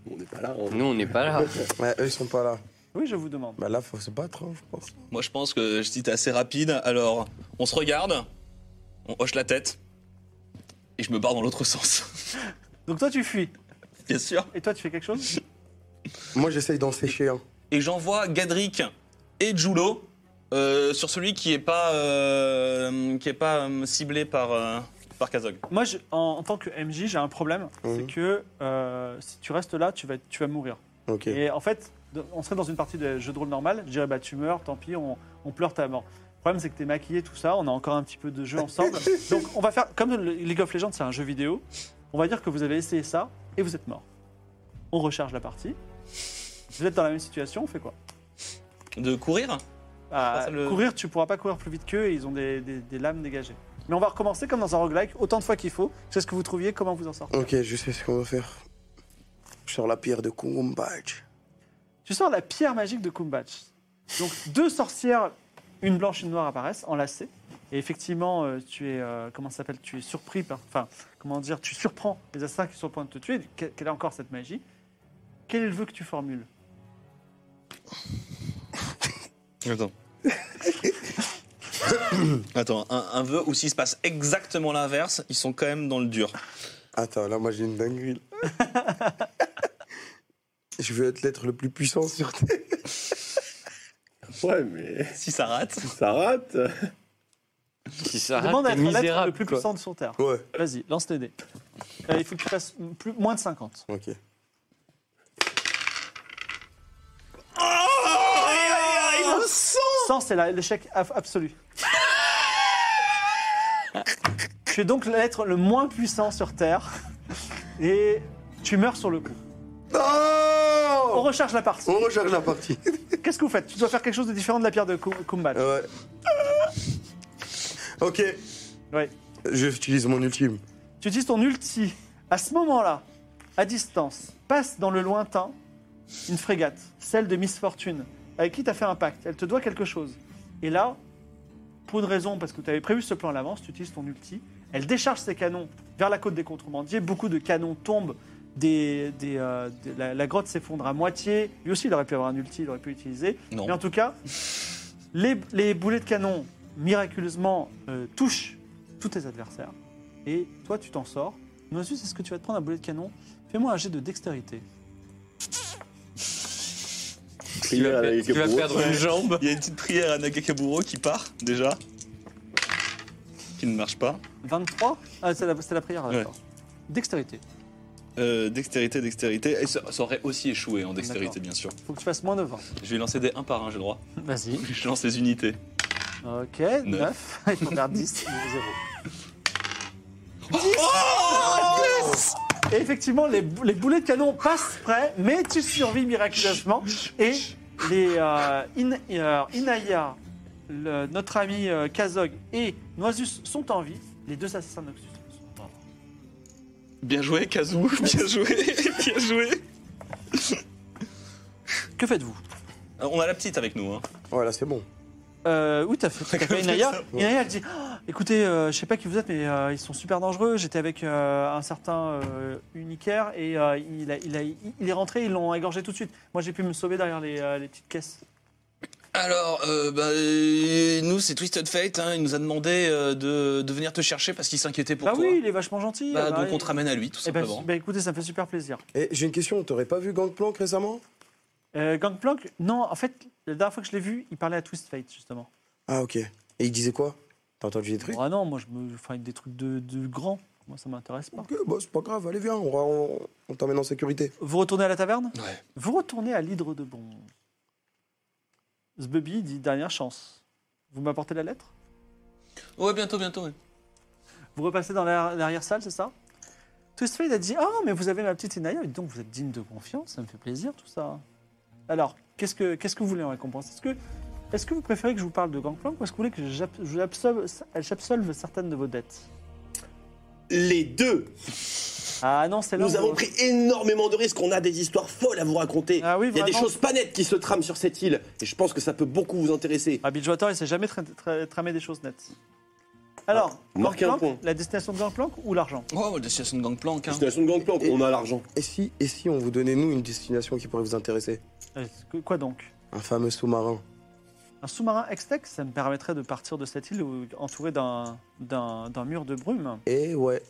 Speaker 6: On n'est pas là. hein.
Speaker 3: Nous, on n'est pas là.
Speaker 5: Ouais, eux, ils sont pas là.
Speaker 1: Oui, je vous demande.
Speaker 5: Bah là, faut se battre, hein, je pense.
Speaker 2: Moi, je pense que je cite assez rapide. Alors, on se regarde, on hoche la tête et je me barre dans l'autre sens.
Speaker 1: Donc toi, tu fuis.
Speaker 2: Bien sûr.
Speaker 1: Et toi, tu fais quelque chose
Speaker 5: Moi, j'essaye d'en sécher un.
Speaker 2: et j'envoie Gadric et Julo euh, sur celui qui est pas euh, qui est pas euh, ciblé par euh, par Kazog.
Speaker 1: Moi, je- en, en tant que MJ, j'ai un problème. C'est
Speaker 5: Mhm.
Speaker 1: que euh, si tu restes là, tu vas, tu vas mourir.
Speaker 5: Ok.
Speaker 1: Et en fait, de- on serait dans une partie de jeu de rôle normal. Je dirais, bah, tu meurs, tant pis, on, on pleure ta mort. Le problème, c'est que t'es maquillé, tout ça. On a encore un petit peu de jeu ensemble. Donc, on va faire. Comme le- League of Legends, c'est un jeu vidéo, on va dire que vous avez essayé ça et vous êtes mort. On recharge la partie. Vous êtes dans la même situation, on fait quoi
Speaker 2: De courir
Speaker 1: Ah,
Speaker 2: ça, le-
Speaker 1: Courir, tu pourras pas courir plus vite qu'eux et ils ont des, des- des lames dégagées. Mais on va recommencer comme dans un roguelike, autant de fois qu'il faut. C'est ce que vous trouviez, comment vous en sortez.
Speaker 5: Ok, je sais ce qu'on va faire. Je sors la pierre de Kungumbach.
Speaker 1: Tu sors la pierre magique de Kumbach. Donc deux sorcières, une blanche, une noire apparaissent enlacées. Et effectivement, euh, tu es euh, comment ça s'appelle Tu es surpris par, enfin comment dire, tu surprends les assassins qui sont au point de te tuer. Que- Quelle est encore cette magie Quel est le vœu que tu formules
Speaker 2: Attends. Attends, un, un vœu où s'il se passe exactement l'inverse, ils sont quand même dans le dur.
Speaker 5: Attends, là, moi, j'ai une dinguerie. là. je veux être l'être le plus puissant sur Terre.
Speaker 6: Ouais, mais
Speaker 2: Si ça rate,
Speaker 6: ça rate.
Speaker 3: Si ça rate,
Speaker 1: Demande à
Speaker 3: t'es
Speaker 1: être l'être le
Speaker 3: misérable.
Speaker 1: plus
Speaker 3: quoi.
Speaker 1: puissant de son terre.
Speaker 5: Ouais.
Speaker 1: Vas-y, lance les dés. Euh, il faut que tu fasses plus, moins de 50.
Speaker 5: Ok.
Speaker 2: Ah,
Speaker 1: 100, c'est la- l'échec af- absolu. tu es donc l'être le moins puissant sur Terre et tu meurs sur le coup. On
Speaker 5: Non
Speaker 1: recharge la partie.
Speaker 5: On recharge la partie.
Speaker 1: Qu'est-ce que vous faites Tu dois faire quelque chose de différent de la pierre de Kum- Kumbach.
Speaker 5: ouais. ok.
Speaker 1: Ouais.
Speaker 5: J'utilise mon ultime.
Speaker 1: Tu utilises ton ulti. À ce moment-là, à distance, passe dans le lointain une frégate, celle de Miss Fortune, avec qui tu as fait un pacte. Elle te doit quelque chose. Et là, pour une raison, parce que tu avais prévu ce plan à l'avance, tu utilises ton ulti. Elle décharge ses canons vers la côte des contrebandiers. Beaucoup de canons tombent. Des, des, euh, de- la, la grotte s'effondre à moitié. Lui aussi, il aurait pu avoir un ulti, il aurait pu l'utiliser.
Speaker 2: Non.
Speaker 1: Mais en tout cas, les, les boulets de canon, miraculeusement, euh, touchent tous tes adversaires. Et toi, tu t'en sors. Noisus, est-ce que tu vas te prendre un boulet de canon Fais-moi un jet de dextérité.
Speaker 3: Tu vas, per- tu vas perdre une jambe.
Speaker 2: Il y a une petite prière à Nakakaburo qui part déjà, qui ne marche pas.
Speaker 1: 23 Ah, c'est la, c'est la prière, d'accord. Dextérité.
Speaker 2: Euh, dextérité, dextérité. Et ça, ça aurait aussi échoué en dextérité,
Speaker 1: D'accord.
Speaker 2: bien sûr.
Speaker 1: Faut que tu fasses moins de 20.
Speaker 2: Je vais lancer des 1 par 1, j'ai le droit.
Speaker 1: Vas-y.
Speaker 2: Je lance les unités.
Speaker 1: Ok, 9. Il faut faire 10, 0. Et effectivement, les, bou- les boulets de canon passent près, mais tu survis miraculeusement. Et les euh, In- euh, Inaya, le- notre ami euh, Kazog et Noisus sont en vie. Les deux assassins de Noxus sont en vie.
Speaker 2: Bien joué, Kazou. Bien joué. Bien joué.
Speaker 1: Que faites-vous
Speaker 2: On a la petite avec nous. Hein.
Speaker 5: Ouais, là, c'est bon.
Speaker 1: Euh, oui, t'as fait, t'as fait Inaya.
Speaker 2: ça,
Speaker 1: Inaya, elle dit Ah, Écoutez, euh, je sais pas qui vous êtes, mais euh, ils sont super dangereux. J'étais avec euh, un certain euh, Unicaire et euh, il, a- il a- il est rentré, ils l'ont égorgé tout de suite. Moi, j'ai pu me sauver derrière les, euh, les petites caisses.
Speaker 2: Alors, euh, bah, euh, nous, c'est Twisted Fate. hein, il nous a demandé euh, de, de venir te chercher parce qu'il s'inquiétait pour
Speaker 1: Bah
Speaker 2: toi.
Speaker 1: oui, il est vachement gentil.
Speaker 2: Bah,
Speaker 1: Ah bah,
Speaker 2: donc, on
Speaker 1: il-
Speaker 2: te ramène à lui, tout
Speaker 1: Eh ben,
Speaker 2: simplement.
Speaker 1: bah, écoutez, ça me fait super plaisir.
Speaker 5: Et j'ai une question, t'aurais pas vu Gangplank récemment
Speaker 1: Euh, Gangplank, non, en fait, la dernière fois que je l'ai vu, il parlait à Twist Fate, justement.
Speaker 5: Ah, ok. Et il disait quoi T'as entendu des trucs
Speaker 1: Ah non, moi, je me. Enfin, des trucs de, de grands. Moi, ça m'intéresse pas.
Speaker 5: Ok, bah, c'est pas grave, allez, viens, on, va- on- on t'emmène en sécurité.
Speaker 1: Vous retournez à la taverne
Speaker 2: Ouais.
Speaker 1: Vous retournez à l'hydre de bronze. Zbubby dit dernière chance. Vous m'apportez la lettre
Speaker 2: Ouais, bientôt, bientôt. ouais.
Speaker 1: Vous repassez dans la- l'arrière-salle, c'est ça Twistfade a dit Ah, mais vous avez ma petite Inaya. Dites donc, vous êtes digne de confiance, ça me fait plaisir tout ça. Alors, qu'est-ce que, qu'est-ce que vous voulez en récompense Est-ce que, est que vous préférez que je vous parle de Gangplank ou est-ce que vous voulez que j'ab- je l'absolve- j'absolve certaines de vos dettes
Speaker 6: Les deux
Speaker 1: Ah non, c'est là.
Speaker 6: Nous
Speaker 1: où-
Speaker 6: avons pris énormément de risques, on a des histoires folles à vous raconter.
Speaker 1: Ah oui,
Speaker 6: Il y a des
Speaker 1: vraiment.
Speaker 6: choses pas nettes qui se trament sur cette île, et je pense que ça peut beaucoup vous intéresser.
Speaker 1: Ah, Bilgewater, il sait jamais tra- tra- tramer des choses nettes. Alors,
Speaker 6: Ah, marquez un
Speaker 1: Gangplank,
Speaker 6: point.
Speaker 1: la destination de Gangplank ou l'argent
Speaker 2: Oh, la destination de Gangplank. Hein.
Speaker 6: Destination de Gangplank,
Speaker 5: Et-
Speaker 6: on a l'argent.
Speaker 5: Et si, et si on vous donnait, nous, une destination qui pourrait vous intéresser
Speaker 1: Est-ce que- Quoi donc
Speaker 5: Un fameux sous-marin.
Speaker 1: Un sous-marin ex-tech, ça me permettrait de partir de cette île où- entourée d'un d'un- d'un mur de brume.
Speaker 5: Eh ouais.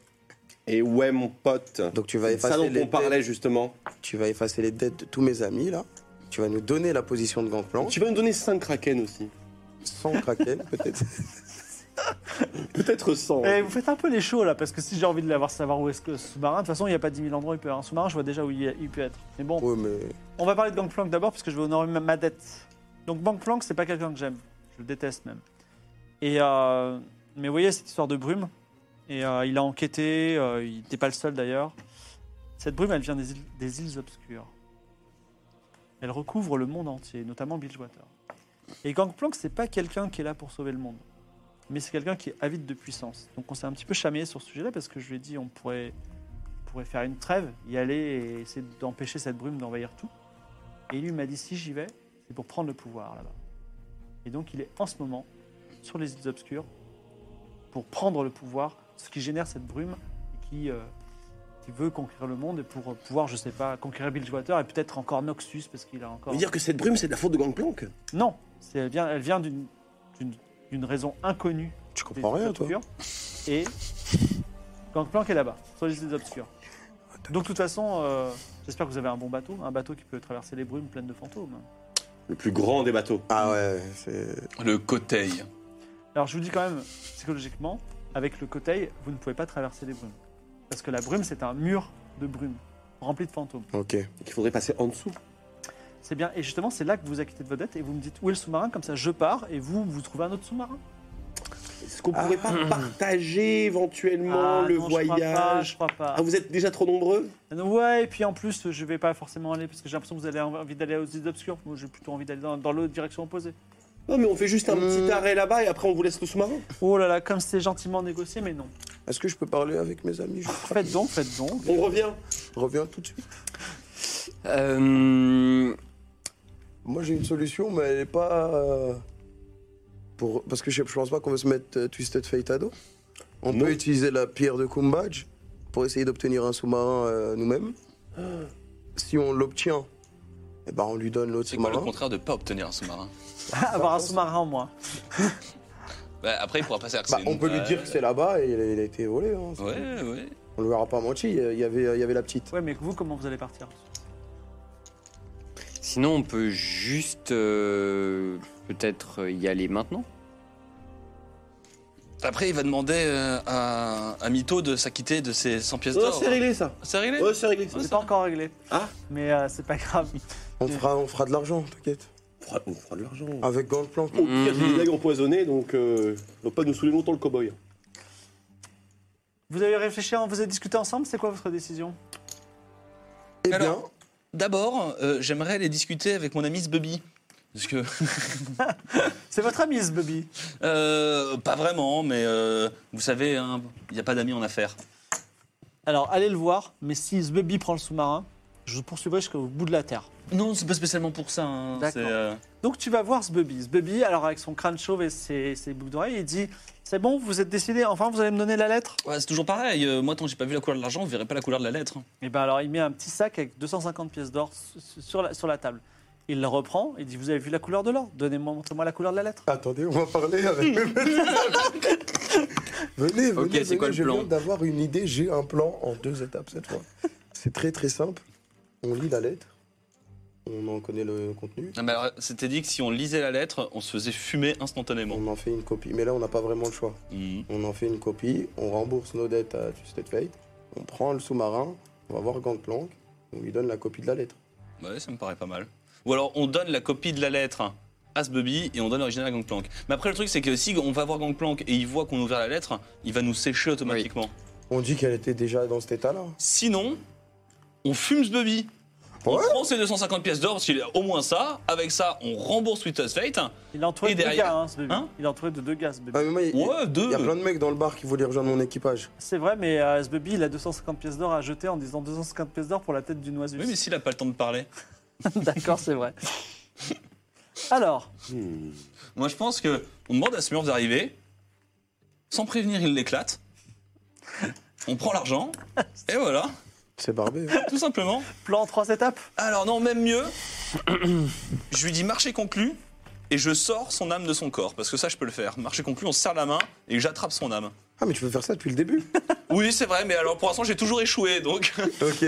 Speaker 6: Et ouais, mon pote.
Speaker 5: Donc tu vas
Speaker 6: C'est de ça
Speaker 5: effacer
Speaker 6: dont
Speaker 5: les
Speaker 6: on parlait justement.
Speaker 5: dettes- Tu vas effacer les dettes de tous mes amis, là. Tu vas nous donner la position de Gangplank,
Speaker 6: Tu vas nous donner 5 kraken aussi.
Speaker 5: sans kraken, peut-être.
Speaker 6: Peut-être 100.
Speaker 1: Et Eh, vous faites un peu les shows là, parce que si j'ai envie de l'avoir savoir où est-ce que ce sous-marin, de toute façon il n'y a pas 10 000 endroits où il peut. hein. Un sous-marin, je vois déjà où il, il peut être. Mais bon,
Speaker 5: Ouais, mais
Speaker 1: on va parler de Gangplank d'abord, parce que je vais honorer ma, ma dette. Donc Gangplank, c'est pas quelqu'un que j'aime. Je le déteste même. Et euh, mais vous voyez cette histoire de brume. Et euh, il a enquêté, euh, il n'était pas le seul d'ailleurs. Cette brume, elle vient des îles, des îles obscures. Elle recouvre le monde entier, notamment Bilgewater. Et Gangplank, c'est pas quelqu'un qui est là pour sauver le monde, mais c'est quelqu'un qui est avide de puissance. Donc on s'est un petit peu chamaillé sur ce sujet-là parce que je lui ai dit on pourrait, on pourrait faire une trêve, y aller et essayer d'empêcher cette brume d'envahir tout. Et lui m'a dit si j'y vais, c'est pour prendre le pouvoir là-bas. Et donc il est en ce moment sur les îles obscures pour prendre le pouvoir, ce qui génère cette brume et qui, euh, qui veut conquérir le monde et pour pouvoir, je sais pas, conquérir Bilgewater et peut-être encore Noxus parce qu'il a encore.
Speaker 6: veut dire que cette brume, c'est de la faute de Gangplank
Speaker 1: Non, c'est- elle vient, elle vient d'une d'une- d'une raison inconnue.
Speaker 5: tu comprends rien, toi.
Speaker 1: Et Gangplank est là-bas, sur les îles obscures. Donc de toute façon, euh, j'espère que vous avez un bon bateau, un bateau qui peut traverser les brumes pleines de fantômes.
Speaker 6: Le plus grand des bateaux.
Speaker 5: Ah ouais, c'est.
Speaker 2: Le Coteil.
Speaker 1: Alors je vous dis quand même, psychologiquement, avec le Coteil, vous ne pouvez pas traverser les brumes. Parce que la brume, c'est un mur de brume, rempli de fantômes.
Speaker 5: Ok.
Speaker 6: Il faudrait passer en dessous.
Speaker 1: C'est bien, et justement, c'est là que vous acquittez de vos dettes et vous me dites où est le sous-marin, comme ça je pars et vous, vous trouvez un autre sous-marin.
Speaker 6: Est-ce qu'on pourrait pas partager éventuellement
Speaker 1: Ah,
Speaker 6: le
Speaker 1: non, je crois pas,
Speaker 6: voyage
Speaker 1: je crois pas.
Speaker 6: Ah, vous êtes déjà trop nombreux
Speaker 1: Ouais, et puis en plus, je vais pas forcément aller parce que j'ai l'impression que vous avez envie d'aller aux îles obscures. Moi, j'ai plutôt envie d'aller dans, dans l'autre direction opposée.
Speaker 6: Non, mais on fait juste un petit arrêt là-bas et après on vous laisse le sous-marin.
Speaker 1: Oh là là, comme c'est gentiment négocié, mais non.
Speaker 5: Est-ce que je peux parler avec mes amis Je
Speaker 1: Faites donc, faites donc.
Speaker 6: On revient.
Speaker 5: reviens tout de suite.
Speaker 3: Euh,
Speaker 5: Moi, j'ai une solution, mais elle est pas. euh, Pour... Parce que je, je pense pas qu'on veut se mettre euh, Twisted Fate à dos. On
Speaker 6: Non.
Speaker 5: peut utiliser la pierre de Kumbaj pour essayer d'obtenir un sous-marin euh, nous-mêmes. Si on l'obtient, eh ben, on lui donne l'autre
Speaker 2: C'est quoi le
Speaker 5: sous-marin.
Speaker 2: contraire de pas obtenir un sous-marin
Speaker 1: Ah, Avoir un sous-marin en moins.
Speaker 2: bah, Après, il pourra passer à
Speaker 5: Bah, on peut lui dire que c'est là-bas et il a, il a été volé. hein. C'est-
Speaker 2: Ouais, ouais.
Speaker 5: On lui aura pas menti, il y avait, il y avait la petite.
Speaker 1: Ouais, mais vous, comment vous allez partir
Speaker 3: sinon, on peut juste euh, peut-être y aller maintenant.
Speaker 2: Après, il va demander euh, à, à Mito de s'acquitter de ses 100
Speaker 1: Oh,
Speaker 2: pièces
Speaker 6: Non,
Speaker 2: d'or.
Speaker 6: c'est réglé ça.
Speaker 2: C'est réglé
Speaker 6: Ouais, c'est réglé. ça.
Speaker 1: C'est pas encore réglé.
Speaker 6: Ah.
Speaker 1: Mais euh, c'est pas grave.
Speaker 5: On fera, on fera de l'argent, t'inquiète.
Speaker 6: On fera- On fera de l'argent.
Speaker 5: Avec Gangplank.
Speaker 6: Au pire, j'ai
Speaker 3: Mhm.
Speaker 6: des dagues empoisonnées, donc euh, on va pas nous saouler longtemps le cow-boy.
Speaker 1: Vous avez réfléchi, en- vous avez discuté ensemble. C'est quoi votre décision
Speaker 5: Eh bien,
Speaker 2: Alors D'abord, euh, j'aimerais aller discuter avec mon ami Zbubby. Parce que.
Speaker 1: C'est votre ami, ce Bobby.
Speaker 2: euh, pas vraiment, mais euh, vous savez, il n'y a pas d'amis en affaires.
Speaker 1: Alors, allez le voir. Mais si ce Bobby prend le sous-marin, je vous poursuivrai jusqu'au bout de la terre.
Speaker 2: Non, c'est pas spécialement pour ça. hein,
Speaker 1: D'accord.
Speaker 2: c'est, euh,
Speaker 1: Donc tu vas voir ce Bubby. Ce Bubby, alors avec son crâne chauve et ses, ses boucles d'oreilles, il dit C'est bon, vous êtes décidé, enfin vous allez me donner la lettre
Speaker 2: ouais, c'est toujours pareil. euh, moi, tant que j'ai pas vu la couleur de l'argent,
Speaker 1: Eh ben,
Speaker 2: vous verrez pas la couleur de la lettre. hein.
Speaker 1: Et bien alors il met un petit sac avec 250 pièces d'or su- su- sur la, sur la table. Il la reprend et dit Vous avez vu la couleur de l'or Donnez-moi, montrez-moi la couleur de la lettre.
Speaker 5: Attendez, on va parler avec. venez, venez,
Speaker 2: Ok, c'est
Speaker 5: venez,
Speaker 2: quoi le
Speaker 5: je
Speaker 2: plan
Speaker 5: viens d'avoir une idée, j'ai un plan en deux étapes cette fois. C'est très très simple. On lit la lettre, on en connaît le contenu,
Speaker 2: Non, mais Ah bah, alors, c'était dit que si on lisait la lettre, on se faisait fumer instantanément.
Speaker 5: on en fait une copie. Mais là, on n'a pas vraiment le choix.
Speaker 2: Mhm.
Speaker 5: On en fait une copie, on rembourse nos dettes à Twisted Fate, on prend le sous-marin, on va voir Gangplank, on lui donne la copie de la lettre.
Speaker 2: Bah ouais, ça me paraît pas mal. Ou alors on donne la copie de la lettre à ce Bubby et on donne l'original à Gangplank. Mais après le truc c'est que si on va voir Gangplank et il voit qu'on a ouvert la lettre, il va nous sécher automatiquement.
Speaker 5: On dit qu'elle était déjà dans cet état-là.
Speaker 2: Sinon, on fume ce Bubby. On
Speaker 5: Ouais.
Speaker 2: prend ses 250 pièces d'or parce qu'il a au moins ça. Avec ça, on rembourse Sweetest Fate.
Speaker 1: Il est entouré
Speaker 2: Et
Speaker 1: de deux
Speaker 2: derrière-
Speaker 1: gars, hein, ce bébé.
Speaker 2: Hein Euh.
Speaker 1: il est entouré de deux gars, ce bébé.
Speaker 5: Ah, mais moi, il-
Speaker 2: Ouais,
Speaker 5: il
Speaker 2: deux.
Speaker 5: y a plein de mecs dans le bar qui voulaient rejoindre mon équipage.
Speaker 1: C'est vrai, mais euh, ce bébé, il a 250 pièces d'or à jeter en disant 250 pièces d'or pour la tête du noisus.
Speaker 2: Oui, mais s'il a pas le temps de parler.
Speaker 1: D'accord, c'est vrai. Alors,
Speaker 2: Moi je pense que on demande à Smurf d'arriver. Sans prévenir, il l'éclate. On prend l'argent. Et voilà,
Speaker 5: C'est barbé. hein.
Speaker 2: tout simplement.
Speaker 1: plan en trois étapes
Speaker 2: Alors non, même mieux. je lui dis marché conclu et je sors son âme de son corps parce que ça je peux le faire. Marché conclu, on se serre la main et j'attrape son âme.
Speaker 5: Ah, mais tu peux faire ça depuis le début
Speaker 2: Oui, c'est vrai, mais alors pour l'instant j'ai toujours échoué donc.
Speaker 5: Ok.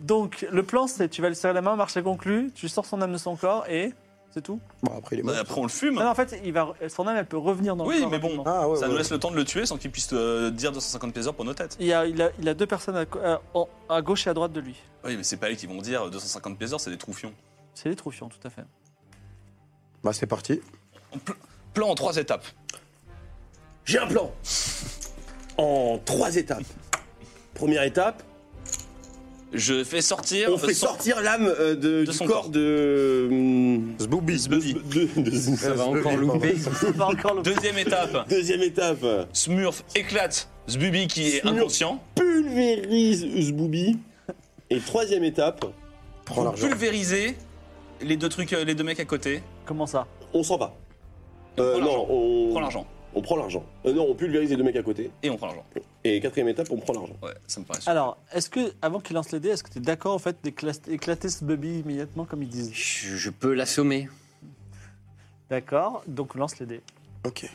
Speaker 1: Donc, le plan, c'est tu vas lui serrer la main, marché conclu, tu sors son âme de son corps et c'est tout.
Speaker 5: Bon, après, il est mort.
Speaker 2: Bah, après on le fume.
Speaker 1: Ah Non, non, en fait, il va, son âme, elle peut revenir dans
Speaker 2: Oui,
Speaker 1: le corps.
Speaker 2: mais bon.
Speaker 1: rapidement.
Speaker 5: Ah, ouais,
Speaker 2: Bah, ça
Speaker 5: ouais,
Speaker 2: nous
Speaker 5: ouais.
Speaker 2: laisse le temps de le tuer sans qu'il puisse euh, dire 250 pièces d'or pour nos têtes.
Speaker 1: Il, y a, il, a, il a deux personnes à, co- à- en- à gauche et à droite de lui.
Speaker 2: Oui, mais c'est pas eux qui vont dire euh, 250 pièces d'or, c'est des troufions.
Speaker 1: C'est les troufions, tout à fait.
Speaker 5: Bah, c'est parti.
Speaker 2: Plan en trois étapes.
Speaker 6: J'ai un plan En trois étapes. Première étape,
Speaker 2: Je fais sortir.
Speaker 6: on
Speaker 2: euh,
Speaker 6: fait
Speaker 2: son-
Speaker 6: sortir l'âme euh, de-
Speaker 2: de
Speaker 6: du
Speaker 2: son
Speaker 6: corps, Eh
Speaker 2: corps.
Speaker 6: de... hum,
Speaker 2: Zboubi, Zboubi.
Speaker 6: de- de- de-
Speaker 5: Ça va encore
Speaker 6: louper.
Speaker 1: On va encore le-
Speaker 2: Deuxième étape.
Speaker 6: Deuxième étape,
Speaker 2: Smurf éclate Zbubi qui est
Speaker 6: Smurf.
Speaker 2: inconscient.
Speaker 6: pulvérise Zboubi. Et troisième étape,
Speaker 5: Prends l'argent.
Speaker 2: Pulvériser les deux trucs, euh, les deux mecs à côté.
Speaker 1: Comment ça
Speaker 6: on s'en va.
Speaker 2: Et on
Speaker 6: Euh,
Speaker 2: prend l'argent.
Speaker 6: non, on
Speaker 2: On prend l'argent.
Speaker 6: On prend l'argent. Euh, non, on pulvérise les deux mecs à côté.
Speaker 2: Et on prend l'argent.
Speaker 6: Et quatrième étape, on prend l'argent.
Speaker 2: Ouais, ça me paraît sûr.
Speaker 1: Alors, est-ce que, avant qu'il lance les dés, est-ce que tu es d'accord en fait d'éclater éclater ce bubby immédiatement comme ils disent
Speaker 3: Je, je peux l'assommer.
Speaker 1: D'accord, donc lance les dés.
Speaker 5: Ok.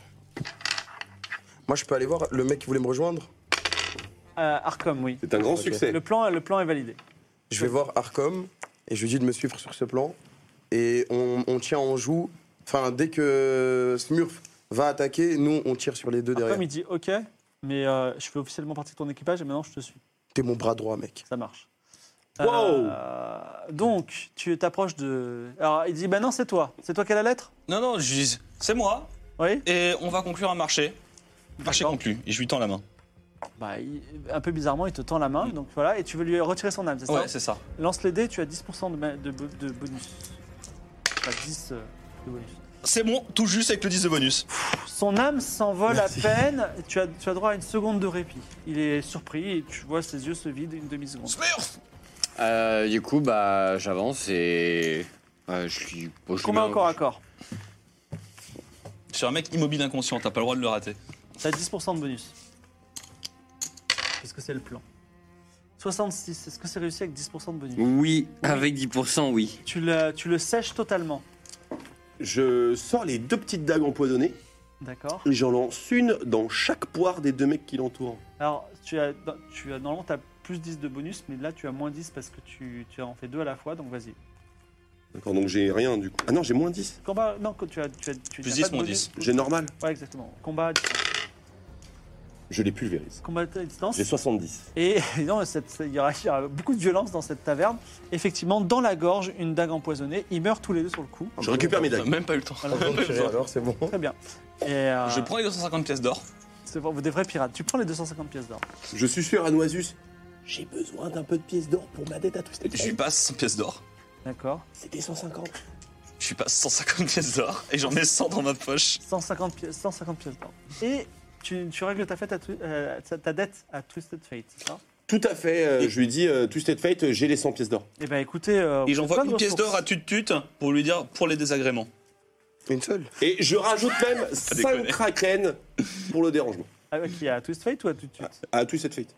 Speaker 5: Moi, je peux aller voir le mec qui voulait me rejoindre.
Speaker 1: Euh, Arcom, oui.
Speaker 6: C'est un grand
Speaker 5: Ok.
Speaker 6: succès.
Speaker 1: Le plan, le plan est validé.
Speaker 5: Je vais voir Arcom et je lui dis de me suivre sur ce plan. Et on, on tient, on joue. Enfin, dès que Smurf va attaquer, nous, on tire sur les deux derrière.
Speaker 1: Arcom, il dit Ok, mais euh, je fais officiellement partie de ton équipage et maintenant je te suis.
Speaker 5: T'es mon bras droit, mec.
Speaker 1: Ça marche.
Speaker 6: Wow
Speaker 1: Euh, donc, tu t'approches de. Alors, il dit Bah non, c'est toi. C'est toi qui as la lettre
Speaker 2: Non, non, je dis, c'est moi.
Speaker 1: Oui
Speaker 2: Et on va conclure un marché. Marché
Speaker 1: D'accord.
Speaker 2: conclu. Et je lui tends la main.
Speaker 1: Bah, il- Mm. un peu bizarrement, il te tend la main, donc voilà, et tu veux lui retirer son âme, c'est
Speaker 2: Ouais,
Speaker 1: ça
Speaker 2: c'est ça.
Speaker 1: Lance les dés, tu as 10% de, ma- de, bo- de bonus. Enfin, 10 euh, de bonus.
Speaker 2: C'est bon, tout juste avec le 10 de bonus.
Speaker 1: Son âme s'envole à peine, tu as, tu as droit à une seconde de répit. Il est surpris et tu vois ses yeux se vident une demi-seconde.
Speaker 2: Smurf
Speaker 3: Euh, du coup, bah, j'avance et. euh, je lui pose le
Speaker 1: Combien
Speaker 3: main-
Speaker 1: encore à corps
Speaker 2: Je suis un mec immobile inconscient, t'as pas le droit de le rater.
Speaker 1: T'as 10% de bonus. Parce que c'est le plan. 66, est-ce que c'est réussi avec 10% de bonus
Speaker 3: Oui, avec 10%, oui.
Speaker 1: tu le, tu le sèches totalement,
Speaker 6: Je sors les deux petites dagues empoisonnées
Speaker 1: d'accord
Speaker 6: et j'en lance une dans chaque poire des deux mecs qui l'entourent.
Speaker 1: Alors, tu as, tu as, normalement, tu as plus 10 de bonus, mais là, tu as moins 10 parce que tu, tu en fais deux à la fois, donc vas-y.
Speaker 6: D'accord, donc j'ai rien du coup. Ah non, j'ai moins 10.
Speaker 1: Combat, non, que tu as, tu as, tu
Speaker 2: Plus
Speaker 1: n'as
Speaker 2: 10,
Speaker 1: pas de
Speaker 2: moins
Speaker 1: bonus.
Speaker 6: J'ai normal.
Speaker 1: Ouais, exactement. Combat, à distance.
Speaker 6: Je les pulvérise.
Speaker 1: combat à distance.
Speaker 6: J'ai 70.
Speaker 1: Et non, cette- cette- il y, aura- il y aura beaucoup de violence dans cette taverne. Effectivement, dans la gorge, une dague empoisonnée. Ils meurent tous les deux sur le coup.
Speaker 6: Je récupère mes dagues.
Speaker 2: Même pas eu le temps.
Speaker 1: Voilà.
Speaker 2: Même pas eu le temps.
Speaker 5: Alors, c'est bon.
Speaker 1: Très bien. Et, euh,
Speaker 2: Je prends les 250 pièces d'or.
Speaker 1: c'est bon, vous des vrais pirates. Tu prends les 250 pièces d'or.
Speaker 6: Je suis sûr à Noisus. J'ai besoin d'un peu de pièces d'or pour ma dette à Twisted
Speaker 2: Je lui
Speaker 6: Fate.
Speaker 2: passe 100 pièces d'or.
Speaker 1: D'accord.
Speaker 6: C'était 150.
Speaker 2: Je lui passe 150 pièces d'or et j'en mets 100 dans ma poche.
Speaker 1: 150 pièces, 150 pièces d'or. Et tu, tu règles ta, fête à Twi- euh, ta- ta dette à Twisted Fate, c'est ça
Speaker 6: Tout à fait. euh, je lui dis, euh, Twisted Fate, j'ai les 100 pièces d'or.
Speaker 1: Eh bien, écoutez. euh,
Speaker 2: Et
Speaker 1: vous avez
Speaker 2: j'envoie
Speaker 1: plein de
Speaker 2: une pièce
Speaker 1: ressources.
Speaker 2: d'or à Tut Tut pour lui dire pour les désagréments.
Speaker 5: Une seule
Speaker 6: Et je rajoute même
Speaker 2: déconner.
Speaker 6: 5 kraken pour le dérangement.
Speaker 1: Ah, Qui à Twisted Fate ou à tout de suite
Speaker 6: À Twisted Fate.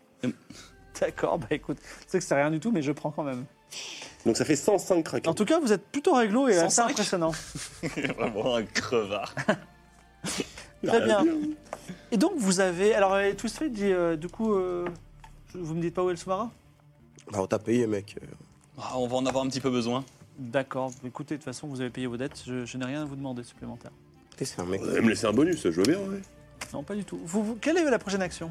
Speaker 1: D'accord, bah écoute, tu sais que c'est rien du tout, mais je prends quand même.
Speaker 6: Donc ça fait 105 craquelins.
Speaker 1: En tout cas, vous êtes plutôt réglo et assez
Speaker 2: 105.
Speaker 1: impressionnant.
Speaker 2: Vraiment un crevard.
Speaker 4: Bah,
Speaker 1: Très bien. Et donc, vous avez. Alors, euh, Twisted, dit, euh, du coup, euh, je- vous me dites pas où est le sous-marin
Speaker 5: Bah, on t'a payé, mec.
Speaker 2: Ah, on va en avoir un petit peu besoin.
Speaker 1: D'accord, écoutez, de toute façon, vous avez payé vos dettes, je, je n'ai rien à vous demander supplémentaire.
Speaker 5: T'es, c'est un mec.
Speaker 4: Vous allez me laisser un bonus, je veux bien, ouais.
Speaker 1: Non, pas du tout. Vous, vous- quelle est la prochaine action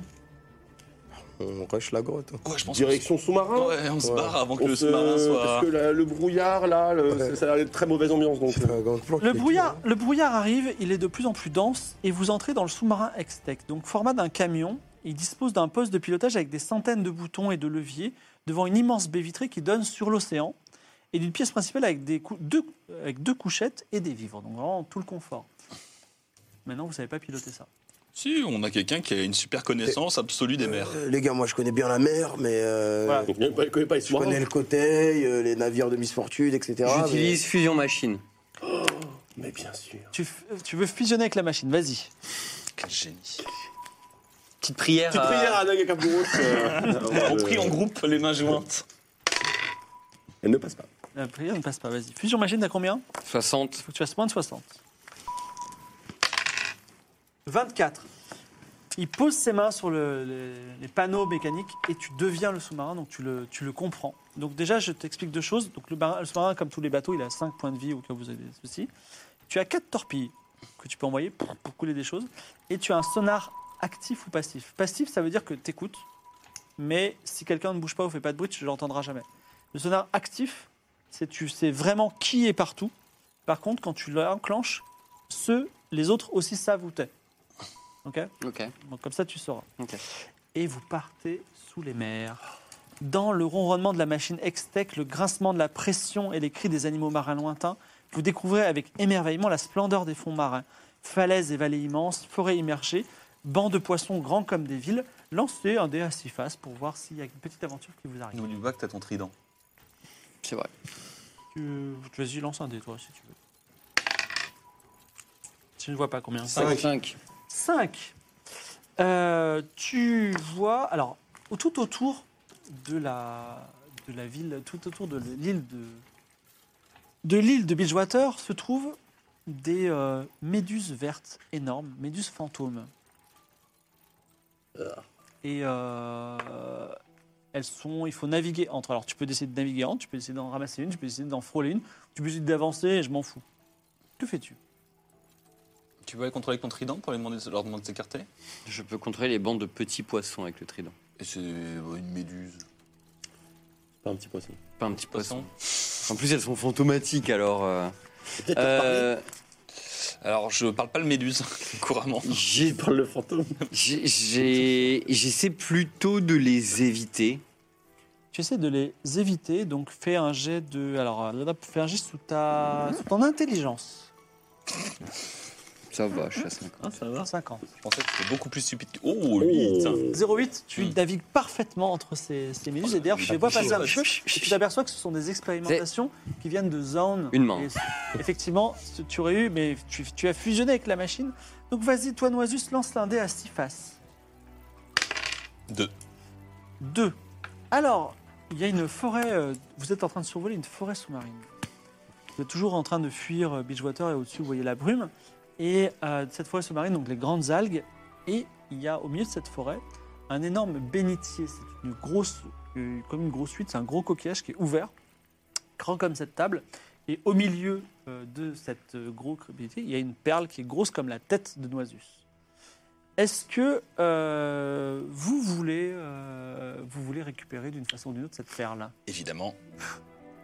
Speaker 5: On rush la grotte. hein.
Speaker 2: Ouais, je pense
Speaker 4: Direction
Speaker 2: qu'on
Speaker 4: sous-marin
Speaker 2: se- Ouais, on se
Speaker 5: Ouais.
Speaker 2: barre avant que
Speaker 4: On
Speaker 2: le
Speaker 4: se-
Speaker 2: sous-marin soit.
Speaker 4: Parce que la- le brouillard, là, le-
Speaker 5: Ouais.
Speaker 4: ça a l'air de très mauvaise ambiance, donc... euh,
Speaker 5: C'est un Gangplank
Speaker 1: le
Speaker 5: qui est-
Speaker 1: brouillard, le brouillard arrive, il est de plus en plus dense et vous entrez dans le sous-marin Extec. Donc, format d'un camion, il dispose d'un poste de pilotage avec des centaines de boutons et de leviers devant une immense baie vitrée qui donne sur l'océan et d'une pièce principale avec, des cou- deux, avec deux couchettes et des vivres. Donc, vraiment tout le confort. Maintenant, vous ne savez pas piloter ça.
Speaker 2: Si, on a quelqu'un qui a une super connaissance absolue des mers.
Speaker 5: Euh, les gars, moi je connais bien la mer, mais euh,
Speaker 1: Voilà.
Speaker 4: Donc, je connais pas les
Speaker 5: je connais
Speaker 4: sous-marins.
Speaker 5: le côté, les navires de misfortune, etc.
Speaker 3: J'utilise fusion machine.
Speaker 4: Mais bien sûr.
Speaker 1: Tu, f- tu veux fusionner avec la machine, vas-y.
Speaker 2: Quel génie.
Speaker 3: Petite prière.
Speaker 4: Petite
Speaker 3: euh,
Speaker 4: prière à Nagakabouros. euh,
Speaker 2: Ah. Bah, On prie en groupe, les mains jointes.
Speaker 4: Elle ne passe pas.
Speaker 1: La prière ne passe pas, vas-y. Fusion machine, t'as combien
Speaker 3: 60.
Speaker 1: Faut que tu fasses moins de 60. 24. Il pose ses mains sur le- le- les panneaux mécaniques et tu deviens le sous-marin, donc tu le, tu le comprends. Donc déjà, je t'explique deux choses. Donc le, marin- le sous-marin, comme tous les bateaux, il a 5 points de vie au cas où vous avez des soucis. Tu as 4 torpilles que tu peux envoyer pour, pour couler des choses. Et tu as un sonar actif ou passif. Passif, ça veut dire que tu écoutes, mais si quelqu'un ne bouge pas ou fait pas de bruit, tu ne l'entendras jamais. Le sonar actif, c'est tu sais vraiment qui est partout. Par contre, quand tu l'enclenches, ceux, les autres aussi savent où t'es. Ok
Speaker 3: Ok.
Speaker 1: Donc comme ça, tu sauras.
Speaker 3: Ok.
Speaker 1: Et vous partez sous les mers. Dans le ronronnement de la machine Extec, le grincement de la pression et les cris des animaux marins lointains, vous découvrez avec émerveillement la splendeur des fonds marins. Falaises et vallées immenses, forêts immergées, bancs de poissons grands comme des villes. Lancez un dé à six faces pour voir s'il y a une petite aventure qui vous arrive.
Speaker 2: N'oublie pas que t'as ton trident.
Speaker 3: C'est vrai.
Speaker 1: Tu- Vas-y, lance un dé, toi, si tu veux. Je ne vois pas combien.
Speaker 3: 55.
Speaker 1: 5. Euh, tu vois, alors, au- tout autour de la, de la ville, tout autour de l'île de, de l'île de Bridgewater se trouvent des euh, méduses vertes énormes, méduses fantômes. Et euh, elles sont, il faut naviguer entre. Alors, tu peux décider de naviguer entre, tu peux décider d'en ramasser une, tu peux décider d'en frôler une, tu peux décider d'avancer, et je m'en fous. Que fais-tu
Speaker 2: Tu peux aller contrôler avec ton trident pour les demander, leur demander de s'écarter
Speaker 3: Je peux contrôler les bandes de petits poissons avec le trident.
Speaker 2: Et c'est euh, une méduse.
Speaker 4: Pas un petit poisson.
Speaker 3: Pas un petit poisson. En plus, elles sont fantomatiques alors. euh.
Speaker 4: Peut-être
Speaker 3: Euh,
Speaker 2: Alors, je parle pas le méduse couramment.
Speaker 3: j'ai-
Speaker 4: Par le fantôme.
Speaker 3: j'ai- j'ai- J'essaie plutôt de les éviter.
Speaker 1: Tu essaies de les éviter, donc fais un jet de. Alors, euh, fais un jet sous, ta,
Speaker 3: Mhm.
Speaker 1: sous ton intelligence.
Speaker 3: Ça va, je suis à 50.
Speaker 1: Hein, ça va 50.
Speaker 2: Je pensais que c'était beaucoup plus stupide que. Oh, 8
Speaker 1: 08, tu
Speaker 3: Mhm.
Speaker 2: Hmm.
Speaker 1: navigues parfaitement entre ces, ces méduses, et d'ailleurs, tu les vois passer un peu, et tu t'aperçois que ce sont des expérimentations qui viennent de zones.
Speaker 3: Une main.
Speaker 1: Et c- effectivement, ce- tu aurais eu, mais tu, tu as fusionné avec la machine. Donc vas-y, toi, Noisus, lance l'un dé à 6 faces.
Speaker 2: 2.
Speaker 1: 2. Alors, il y a une forêt. euh, vous êtes en train de survoler une forêt sous-marine. Vous êtes toujours en train de fuir euh, Beachwater et au-dessus, vous voyez la brume. Et euh, cette forêt sous-marine, donc les grandes algues. Et il y a au milieu de cette forêt un énorme bénitier. C'est une grosse, euh, comme une grosse huître, c'est un gros coquillage qui est ouvert, grand comme cette table. Et au milieu euh, de cette euh, gros bénitier, il y a une perle qui est grosse comme la tête de Noisus. Est-ce que euh, vous, voulez, euh, vous voulez récupérer d'une façon ou d'une autre cette perle
Speaker 2: Évidemment.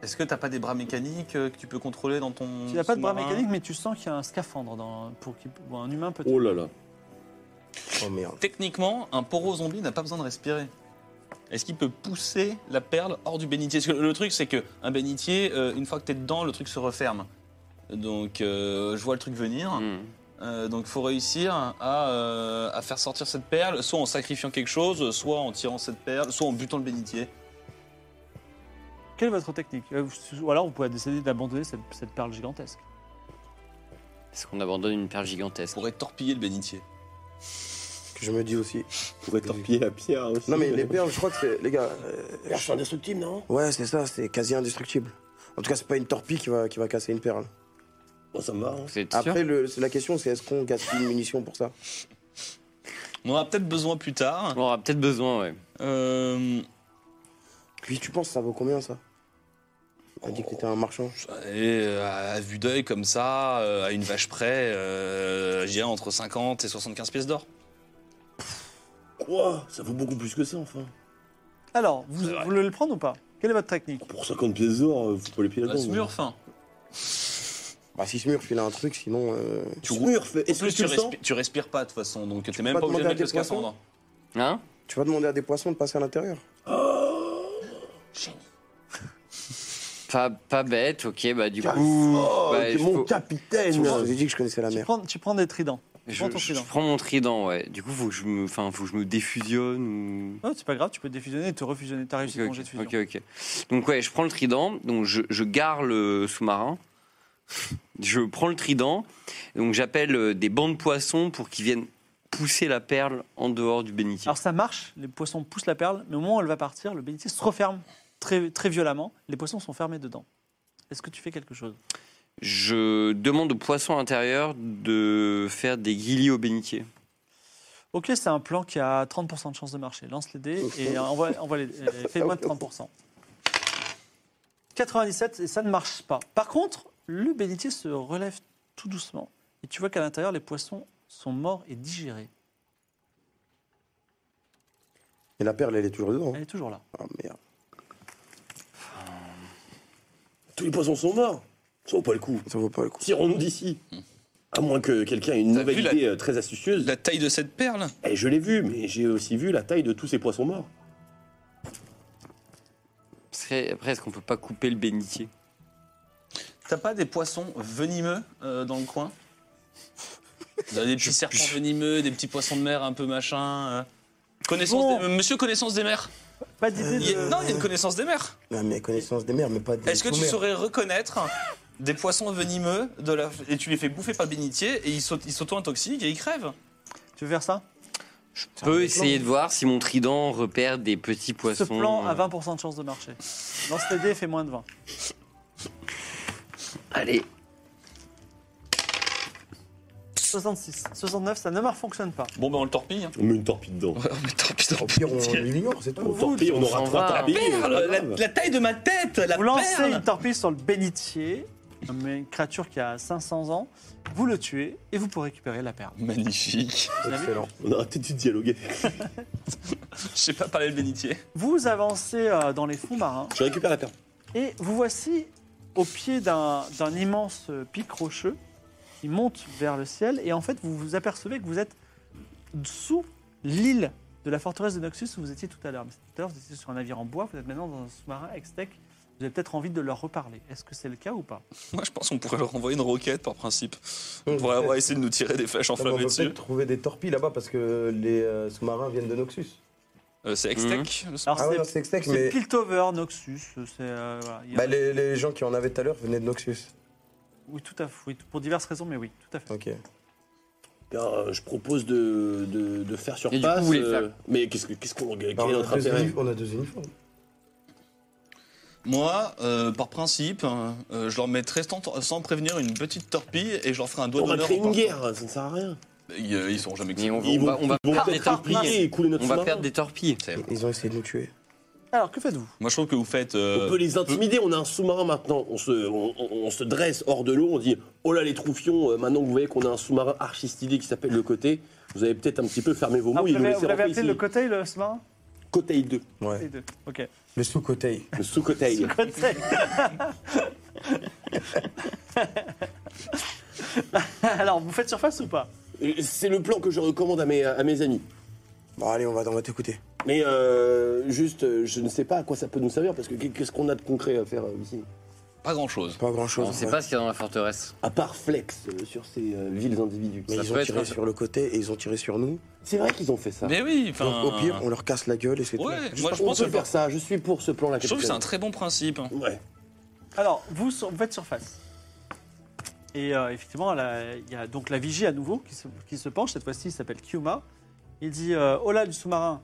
Speaker 2: Est-ce que t'as pas des bras mécaniques euh, que tu peux contrôler dans ton.
Speaker 1: Tu n'as pas de bras
Speaker 2: sous-marin
Speaker 1: mécanique, mais tu sens qu'il y a un scaphandre dans, pour qu'il- ou un humain peut-être.
Speaker 4: Oh là là.
Speaker 5: Oh merde.
Speaker 2: Techniquement, un poro zombie n'a pas besoin de respirer. Est-ce qu'il peut pousser la perle hors du bénitier Parce que le truc, c'est que un bénitier, euh, une fois que t'es dedans, le truc se referme. Donc, euh, je vois le truc venir.
Speaker 1: Mm.
Speaker 3: Hmm.
Speaker 2: Euh, donc, faut réussir à, euh, à faire sortir cette perle, soit en sacrifiant quelque chose, soit en tirant cette perle, soit en butant le bénitier.
Speaker 1: Quelle est votre technique Euh, vous- Ou alors vous pouvez décider d'abandonner cette, cette perle gigantesque.
Speaker 3: Est-ce qu'on abandonne une paire gigantesque
Speaker 2: Pourrait torpiller le bénitier.
Speaker 5: Je me dis aussi.
Speaker 4: pourrait torpiller la pierre aussi.
Speaker 5: Non, mais les perles, je crois que c'est. Les gars. euh,
Speaker 6: Elles sont indestructibles, non
Speaker 5: ouais, c'est ça, c'est quasi indestructible. En tout cas, c'est pas une torpille qui va, qui va casser une perle.
Speaker 6: Bon, ça me va. hein.
Speaker 3: C'est sûr
Speaker 5: Après, le- c'est- la question, c'est est-ce qu'on gaspille une munition pour ça
Speaker 2: On en aura peut-être besoin plus tard.
Speaker 3: On aura peut-être besoin, ouais.
Speaker 2: Euh,
Speaker 5: Puis tu penses, ça vaut combien ça On a dit que t'étais un marchand.
Speaker 2: et euh, à vue d'œil comme ça, euh, à une vache près, euh, je dirais entre 50 et 75 pièces d'or.
Speaker 6: Quoi Ça vaut beaucoup plus que ça, enfin.
Speaker 1: Alors, vous,
Speaker 2: C'est vrai.
Speaker 1: vous voulez le prendre ou pas Quelle est votre technique
Speaker 6: Pour 50 pièces d'or, euh, faut pas les pieds
Speaker 2: La
Speaker 6: là-dedans.
Speaker 2: smurf,
Speaker 4: hein.
Speaker 2: fin.
Speaker 5: Bah, si ce mur, il a un truc, sinon. euh,
Speaker 6: Tu smurf,
Speaker 2: En
Speaker 6: est-ce que
Speaker 2: plus,
Speaker 6: tu
Speaker 2: tu,
Speaker 6: le sens
Speaker 2: respi- tu respires pas de toute façon, donc t'es même
Speaker 5: pas
Speaker 2: pas obligé de mettre
Speaker 5: demander à
Speaker 2: le
Speaker 5: des
Speaker 2: casque à
Speaker 5: poissons
Speaker 2: fondre.
Speaker 3: Hein
Speaker 5: Tu vas demander à des poissons de passer à l'intérieur
Speaker 3: pas, pas bête, ok, bah du
Speaker 6: Car-
Speaker 3: coup.
Speaker 6: Oh,
Speaker 3: bah,
Speaker 6: t'es
Speaker 3: je
Speaker 6: mon
Speaker 3: faut-
Speaker 5: Je
Speaker 6: capitaine
Speaker 5: vous ai dit que je connaissais la
Speaker 1: tu
Speaker 5: mer.
Speaker 1: prends, tu prends des tridents. Tu
Speaker 3: Je,
Speaker 1: prends ton
Speaker 3: je
Speaker 1: trident.
Speaker 3: prends mon trident, ouais. Du coup, faut que je me, enfin, faut que je me défusionne ou.
Speaker 1: Non, c'est pas grave, tu peux te défusionner et te refusionner. T'as réussi
Speaker 3: Ok,
Speaker 1: ton jet
Speaker 3: ok,
Speaker 1: de fusion.
Speaker 3: ok, ok. Donc ouais, je prends le trident, donc je, je gare le sous-marin. Je prends le trident, donc j'appelle euh, des bancs de poissons pour qu'ils viennent pousser la perle en dehors du bénitier.
Speaker 1: Alors ça marche, les poissons poussent la perle, mais au moment où elle va partir, le bénitier se referme très, très violemment. Les poissons sont fermés dedans. Est-ce que tu fais quelque chose
Speaker 3: Je demande aux poissons intérieurs de faire des guillis au bénitier.
Speaker 1: Ok, c'est un plan qui a 30% de chance de marcher. Lance les dés et envoie, envoie les, euh, fais-moi de 30%. 97, et ça ne marche pas. Par contre, le bénitier se relève tout doucement. Et tu vois qu'à l'intérieur, les poissons sont morts et digérés.
Speaker 5: Et la perle, elle est toujours dedans.
Speaker 1: Elle est toujours là.
Speaker 5: Ah merde.
Speaker 6: Tous les poissons sont morts. Ça vaut pas le coup.
Speaker 5: Ça vaut pas le coup.
Speaker 6: Tirons-nous d'ici. À moins que quelqu'un ait une
Speaker 2: T'as
Speaker 6: nouvelle
Speaker 2: vu la-
Speaker 6: idée euh, très astucieuse.
Speaker 2: La taille de cette perle
Speaker 6: Eh, je l'ai vu, mais j'ai aussi vu la taille de tous ces poissons morts.
Speaker 3: Parce que, Après, est-ce qu'on peut pas couper le bénitier
Speaker 2: T'as pas des poissons venimeux euh, dans le coin Des petits serpents venimeux, des petits poissons de mer un peu machin. euh. Connaissance
Speaker 1: Bon.
Speaker 2: des- euh, Monsieur connaissance des mers.
Speaker 1: Pas d'idée
Speaker 2: Il y a-
Speaker 5: Euh.
Speaker 3: Euh,
Speaker 1: de...
Speaker 2: Non, il y a une connaissance des mers.
Speaker 5: Non, mais connaissance des mers, mais pas des.
Speaker 2: Est-ce que tu
Speaker 5: sous-mers.
Speaker 2: saurais reconnaître des poissons venimeux de la... et tu les fais bouffer par le bénitier et ils s'auto- ils s'auto-intoxiquent et ils crèvent
Speaker 1: Tu veux faire ça
Speaker 3: Je peux essayer de voir si mon trident repère des petits poissons.
Speaker 1: Ce plan a
Speaker 3: euh,
Speaker 1: 20% de chance de marcher. Lance les dés et fais moins de 20.
Speaker 3: Allez,
Speaker 1: 66, 69, ça ne marche, fonctionne pas.
Speaker 2: Bon, ben on le torpille. hein.
Speaker 6: On met une torpille dedans.
Speaker 5: Au pire, on l'ignore, c'est
Speaker 6: On
Speaker 5: tout.
Speaker 6: torpille, on aura
Speaker 3: s'en
Speaker 6: euh, trois
Speaker 3: va.
Speaker 6: torpilles. c'est pas
Speaker 2: Perle, la,
Speaker 6: grave.
Speaker 2: la taille de ma tête, la
Speaker 1: Vous lancez
Speaker 2: perle.
Speaker 1: une torpille sur le bénitier, une créature qui a 500 ans. Vous le tuez et vous pouvez récupérer la perle.
Speaker 2: Magnifique.
Speaker 1: Vous avez-
Speaker 5: Excellent.
Speaker 6: On aura peut-être dû dialoguer.
Speaker 2: Je sais pas parler le bénitier.
Speaker 1: Vous avancez euh, dans les fonds marins
Speaker 6: Je récupère la perle.
Speaker 1: et vous voici au pied d'un d'un immense euh, pic rocheux qui monte vers le ciel. Et en fait, vous vous apercevez que vous êtes sous l'île de la forteresse de Noxus où vous étiez tout à l'heure. Mais Tout à l'heure, vous étiez sur un navire en bois, vous êtes maintenant dans un sous-marin ex-tech. Vous avez peut-être envie de leur reparler. Est-ce que c'est le cas ou pas
Speaker 2: Moi, je pense qu'on pourrait leur envoyer une roquette par principe. On pourrait avoir essayé de nous tirer des flèches
Speaker 5: Non, mais on
Speaker 2: enflammées
Speaker 5: peut
Speaker 2: dessus.
Speaker 5: peut-être trouver des torpilles là-bas parce que les euh, sous-marins viennent de Noxus.
Speaker 2: Euh, c'est Extech. le
Speaker 1: Alors,
Speaker 5: Ah ouais,
Speaker 1: c'est-
Speaker 5: non, c'est Extech,
Speaker 1: C'est
Speaker 5: mais
Speaker 1: Piltover, Noxus, c'est... euh, voilà, il y a-
Speaker 5: bah, les, les gens qui en avaient tout à l'heure venaient de Noxus.
Speaker 1: Oui, tout à fait. oui, pour diverses raisons, mais oui, tout à fait.
Speaker 5: Ok.
Speaker 6: Bien, euh, je propose de, de, de faire sur
Speaker 3: Et du coup,
Speaker 6: passe.
Speaker 3: vous voulez
Speaker 6: euh, Mais qu'est-ce que- qu'est-ce qu'on quel est
Speaker 5: Bah, on,
Speaker 6: notre
Speaker 5: a deux
Speaker 6: intérêt
Speaker 5: uni- on a deux uniformes.
Speaker 2: Moi, euh, par principe, hein, euh, je leur mettrais sans, sans prévenir une petite torpille et je leur ferai un doigt
Speaker 6: On va
Speaker 2: d'honneur.
Speaker 6: créer
Speaker 2: en
Speaker 6: une
Speaker 2: partant.
Speaker 6: guerre, ça ne sert à rien.
Speaker 2: Ils, euh, ils seront jamais
Speaker 3: mais on va,
Speaker 6: Ils
Speaker 3: on va-
Speaker 6: vont-
Speaker 3: on va
Speaker 6: ils vont
Speaker 3: perdre des
Speaker 6: peut-être nous plier
Speaker 3: torpilles.
Speaker 6: et couler notre
Speaker 3: On va
Speaker 6: sous-marin.
Speaker 3: perdre des torpilles.
Speaker 5: Ils ont essayé de nous tuer.
Speaker 1: Alors, que faites-vous
Speaker 2: Moi, je trouve que vous faites. euh,
Speaker 6: On peut les intimider, on a un sous-marin maintenant. On se, on, on- on se dresse hors de l'eau, on dit Oh là les troufions, euh, maintenant que vous voyez qu'on a un sous-marin archi stylé qui s'appelle le côté, vous avez peut-être un petit peu fermé vos
Speaker 1: Ah,
Speaker 6: mots,
Speaker 1: Vous
Speaker 6: ils nous
Speaker 1: l'avez
Speaker 6: laisser
Speaker 1: vous l'avez
Speaker 6: rentrer
Speaker 1: appelé
Speaker 6: ici.
Speaker 1: le Coteil, le sous-marin
Speaker 6: Côté 2,
Speaker 1: Les
Speaker 5: Ouais.
Speaker 1: deux. Ok.
Speaker 5: Le sous-côté.
Speaker 6: le sous-côté.
Speaker 1: Coteil. Alors, vous faites surface ou pas
Speaker 6: Euh, C'est le plan que je recommande à mes, à mes amis.
Speaker 5: Bon, allez, on va, on va t'écouter.
Speaker 6: Mais euh, juste, euh, je ne sais pas à quoi ça peut nous servir, parce que qu'est-ce qu'on a de concret à faire euh, ici
Speaker 2: Pas grand chose.
Speaker 5: Pas grand-chose.
Speaker 3: On ne sait
Speaker 5: ouais.
Speaker 3: pas ce qu'il y a dans la forteresse.
Speaker 6: À part flex euh, sur ces euh, vils individus.
Speaker 5: Mais
Speaker 3: Ça
Speaker 5: ils
Speaker 3: peut
Speaker 5: ont
Speaker 3: être
Speaker 5: tiré
Speaker 3: un-
Speaker 5: sur le côté et ils ont tiré sur nous.
Speaker 6: C'est vrai qu'ils ont fait ça.
Speaker 2: Mais oui, enfin.
Speaker 5: Donc, au pire, on leur casse la gueule et c'est tout.
Speaker 2: Ouais,
Speaker 5: Juste
Speaker 2: moi,
Speaker 5: parce
Speaker 2: je
Speaker 6: on
Speaker 2: pense
Speaker 6: peut
Speaker 2: que-
Speaker 6: faire ça, je suis pour ce plan-là.
Speaker 2: Je trouve que c'est un
Speaker 6: capitaine.
Speaker 2: très bon principe. hein.
Speaker 6: Ouais.
Speaker 1: Alors, vous, sur- vous faites surface. Et euh, effectivement, la- il y a donc la vigie à nouveau qui se, qui se penche. Cette fois-ci, il s'appelle Kyuma. Il dit euh, Oh là, du sous-marin.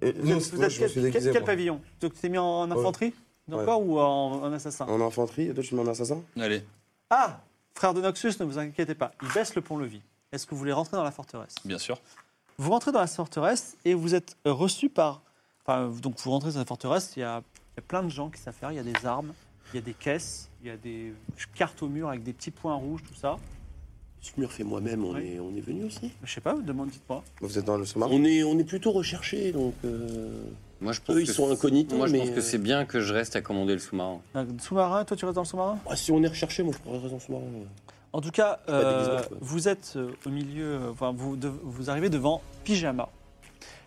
Speaker 5: Et
Speaker 1: Vous
Speaker 5: non,
Speaker 1: êtes, vous
Speaker 5: moi,
Speaker 1: êtes
Speaker 5: je me
Speaker 1: quel,
Speaker 5: suis
Speaker 1: quel-
Speaker 5: déguisé,
Speaker 1: quel
Speaker 5: moi.
Speaker 1: pavillon Tu t'es mis en, en infanterie Dans
Speaker 5: Ouais.
Speaker 1: quoi ou en, en assassin
Speaker 5: En infanterie, et toi tu m'en assassin
Speaker 2: Allez,
Speaker 1: Ah Frère de Noxus, ne vous inquiétez pas. Il baisse le pont-levis. Est-ce que vous voulez rentrer dans la forteresse
Speaker 2: bien sûr.
Speaker 1: Vous rentrez dans la forteresse et vous êtes euh, reçu par. Enfin, donc vous rentrez dans la forteresse, il y a, il y a plein de gens qui s'affairent. Il y a des armes, il y a des caisses, il y a des cartes au mur avec des petits points rouges, tout ça.
Speaker 6: Ce mur fait moi-même, on
Speaker 1: Oui.
Speaker 6: est, on est venu aussi.
Speaker 1: Je sais pas, demande, dites-moi.
Speaker 5: Vous êtes dans le sous-marin
Speaker 6: On est, on est plutôt recherché, donc. euh,
Speaker 3: Moi, je pense
Speaker 6: Eux, ils
Speaker 3: que
Speaker 6: sont
Speaker 3: c'est-
Speaker 6: incognitos.
Speaker 3: Moi, je
Speaker 6: mais,
Speaker 3: pense que
Speaker 6: euh,
Speaker 3: c'est bien que je reste à commander le sous-marin.
Speaker 1: Un Sous-marin, toi tu restes dans le sous-marin
Speaker 6: ah, si on est recherché, moi je pourrais raison ce marin.
Speaker 1: En tout cas,
Speaker 6: pas déguisé,
Speaker 1: euh,
Speaker 6: quoi.
Speaker 1: vous êtes euh, au milieu, euh, enfin, vous, de- vous arrivez devant Pyjama,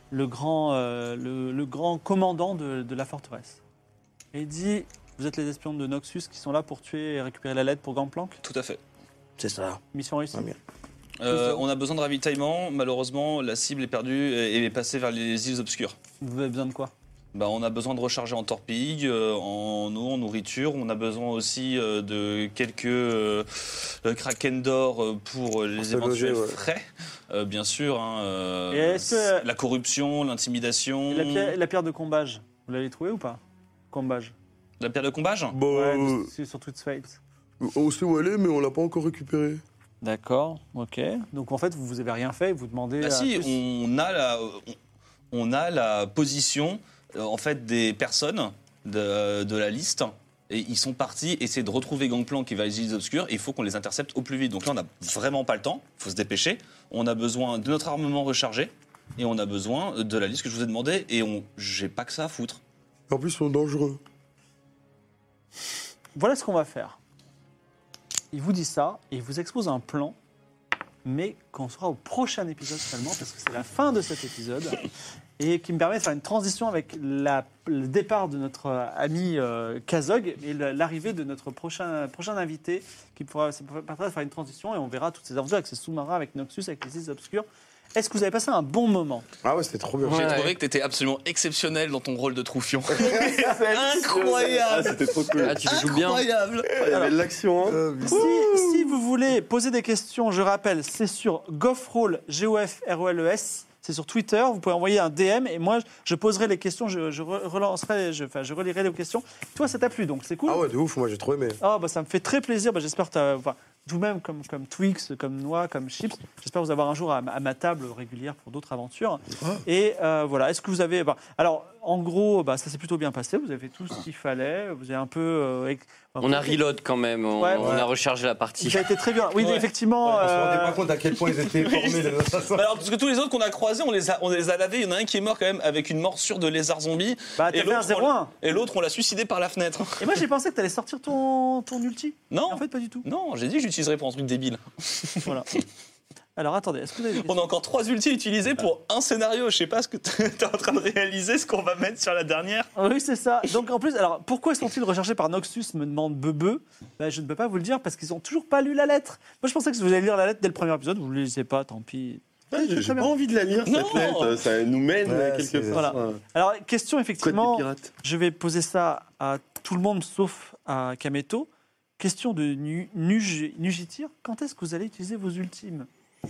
Speaker 1: le grand, euh, le, le grand commandant de, de la forteresse. Et il dit Vous êtes les espions de Noxus qui sont là pour tuer et récupérer la lettre pour Gangplank
Speaker 2: Tout à fait.
Speaker 5: C'est ça.
Speaker 1: Mission réussie.
Speaker 5: Ah, bien.
Speaker 2: Euh, on a besoin de ravitaillement. Malheureusement, la cible est perdue et et est passée vers les îles obscures.
Speaker 1: Vous avez besoin de quoi
Speaker 2: Bah, on a besoin de recharger en torpilles, euh, en eau, en nourriture. On a besoin aussi euh, de quelques euh, euh, kraken d'or euh, pour euh, les
Speaker 5: se
Speaker 2: éventuels
Speaker 5: loger, ouais.
Speaker 2: frais, euh, bien sûr. hein, euh,
Speaker 1: Et est-ce que-
Speaker 2: La corruption,
Speaker 1: Et
Speaker 2: l'intimidation.
Speaker 1: la, pierre, la pierre de combage, vous l'avez trouvée ou pas Combage.
Speaker 2: La pierre de combage
Speaker 6: Euh,
Speaker 1: Ouais,
Speaker 5: Bon,
Speaker 1: de- c'est sur Twitch Fate.
Speaker 5: euh, on sait où elle est, mais on l'a pas encore récupérée.
Speaker 1: D'accord, ok. Donc en fait, vous vous avez rien fait, vous demandez.
Speaker 2: Bah
Speaker 1: à
Speaker 2: si,
Speaker 1: tous.
Speaker 2: on a la, on a la position euh, en fait des personnes de, de la liste. Et ils sont partis essayer de retrouver Gangplank qui va les îles obscures. et Il faut qu'on les intercepte au plus vite. Donc là, on n'a vraiment pas le temps. Il faut se dépêcher. On a besoin de notre armement rechargé. Et on a besoin de la liste que je vous ai demandée. Et on, j'ai pas que ça à foutre.
Speaker 5: En plus, ils sont dangereux.
Speaker 1: Voilà ce qu'on va faire. Il vous dit ça et il vous expose un plan, mais qu'on sera au prochain épisode seulement, parce que c'est la fin de cet épisode, et qui me permet de faire une transition avec la- le départ de notre euh, ami euh, Kazog et le- l'arrivée de notre prochain, prochain invité, qui pourra ça pourra- permettra de faire une transition, et on verra toutes ces aventures avec ces sous-marins, avec Noxus, avec les îles obscures. Est-ce que vous avez passé un bon moment
Speaker 5: Ah ouais, c'était trop bien.
Speaker 3: Ouais.
Speaker 2: que t'étais absolument exceptionnel dans ton rôle de troufion.
Speaker 4: Ah,
Speaker 2: Incroyable
Speaker 4: c'était trop cool.
Speaker 3: Ah, tu les joues bien.
Speaker 2: Incroyable
Speaker 4: Il y avait de l'action, hein.
Speaker 5: Euh,
Speaker 1: Si, si vous voulez poser des questions, je rappelle, c'est sur GoffRoll, G-O-F-R-O-L-E-S. E C'est sur Twitter. Vous pouvez envoyer un DM et moi, je poserai les questions, je, je re- relancerai, je, enfin, je relirai les questions. Toi, ça t'a plu, donc c'est cool.
Speaker 5: Ah ouais, de ouf, moi j'ai trop aimé.
Speaker 1: Ah, bah, ça me fait très plaisir. Bah, j'espère que t'as- enfin, tout de même comme, comme Twix, comme Noix, comme Chips. J'espère vous avoir un jour à, ma- à ma table régulière pour d'autres aventures. Et euh, voilà, est-ce que vous avez... bah, alors, en gros, bah, ça s'est plutôt bien passé. Vous avez tout ce qu'il fallait. Vous avez un peu... euh, ex-
Speaker 3: On a reload quand même. On,
Speaker 1: Ouais,
Speaker 3: on
Speaker 1: ouais.
Speaker 3: a rechargé la partie.
Speaker 1: Ça a été très bien. Oui, effectivement...
Speaker 5: On se rendait
Speaker 1: euh,
Speaker 5: pas compte à quel point ils étaient formés, les assassins.
Speaker 2: Bah alors, parce que tous les autres qu'on a croisés, on les a, on les a lavés. Il y en a un qui est mort quand même avec une morsure de lézard zombie.
Speaker 1: Bah, t'as
Speaker 2: Et
Speaker 1: fait un
Speaker 2: l'autre,
Speaker 1: 0-1.
Speaker 2: Et l'autre, on l'a suicidé par la fenêtre.
Speaker 1: Et moi, j'ai pensé que t'allais sortir ton, ton ulti.
Speaker 2: Non,
Speaker 1: En fait, pas du tout.
Speaker 2: non, j'ai dit que j'utiliserai pour un truc débile.
Speaker 1: Voilà. Alors, attendez, est-ce que vous avez des
Speaker 2: On a encore trois ultis utilisés pour un scénario. Je sais pas ce que t'es en train de réaliser, ce qu'on va mettre sur la dernière.
Speaker 1: questions Oui, c'est ça. Donc, en plus, alors, pourquoi sont-ils recherchés par Noxus me demande Bebe. Bah, je ne peux pas vous le dire parce qu'ils ont toujours pas lu la lettre. Moi, je pensais que si vous alliez lire la lettre dès le premier épisode, vous ne le lisez pas, tant pis.
Speaker 4: Ah, j'ai- J'ai pas envie de la lire,
Speaker 2: Non.
Speaker 4: cette lettre. euh, Ça nous mène
Speaker 5: Ouais,
Speaker 4: quelque
Speaker 5: c'est-
Speaker 4: part.
Speaker 1: voilà. Alors, question,
Speaker 4: Code
Speaker 1: effectivement,
Speaker 4: des pirates.
Speaker 1: je vais poser ça à tout le monde sauf à Kameto. Question de Nu- Nuj- Nujitir, quand est-ce que vous allez utiliser vos ultimes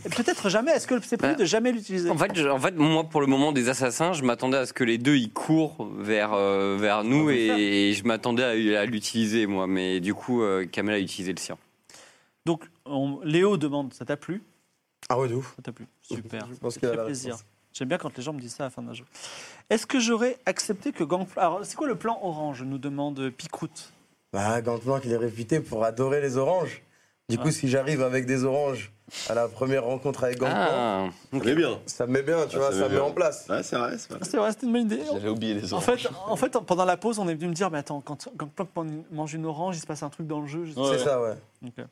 Speaker 1: Et Peut-être jamais, est-ce que c'est prévu
Speaker 3: Bah,
Speaker 1: de jamais l'utiliser
Speaker 3: En fait, je- en fait, moi, pour le moment des assassins, je m'attendais à ce que les deux ils courent vers, euh, vers nous
Speaker 1: peut le faire.
Speaker 3: et, je m'attendais à, à l'utiliser, moi. Mais du coup, euh, Kamel a utilisé le sien.
Speaker 1: Donc, on- Léo demande, ça t'a plu
Speaker 5: Ah ouais, de ouf.
Speaker 1: Ça t'a plu Super.
Speaker 5: Je pense
Speaker 1: ça
Speaker 5: qu'elle a
Speaker 1: fait
Speaker 5: la
Speaker 1: plaisir.
Speaker 5: réponse.
Speaker 1: J'aime bien quand les gens me disent ça à la fin d'un jeu. Est-ce que j'aurais accepté que Gangplank... Alors, c'est quoi le plan orange nous demande Picroute.
Speaker 5: Bah, Gantman, il est réputé pour adorer les oranges. Du coup,
Speaker 1: Ah.
Speaker 5: si j'arrive avec des oranges à la première rencontre avec Gantman,
Speaker 3: Ah,
Speaker 6: On est bien.
Speaker 5: ça me met bien, tu
Speaker 6: Ah,
Speaker 5: vois,
Speaker 6: ça
Speaker 5: ça
Speaker 6: met
Speaker 5: me met
Speaker 6: bien.
Speaker 5: en place.
Speaker 6: Ouais, c'est vrai, c'est vrai.
Speaker 1: C'est vrai, c'était une bonne idée.
Speaker 2: J'avais oublié les
Speaker 1: En fait, en fait, pendant la pause, on est venu me dire, mais attends, quand Gangplank man- mange une orange, il se passe un truc dans le jeu. je sais
Speaker 2: Ouais.
Speaker 5: C'est ça, ouais.
Speaker 1: Ok.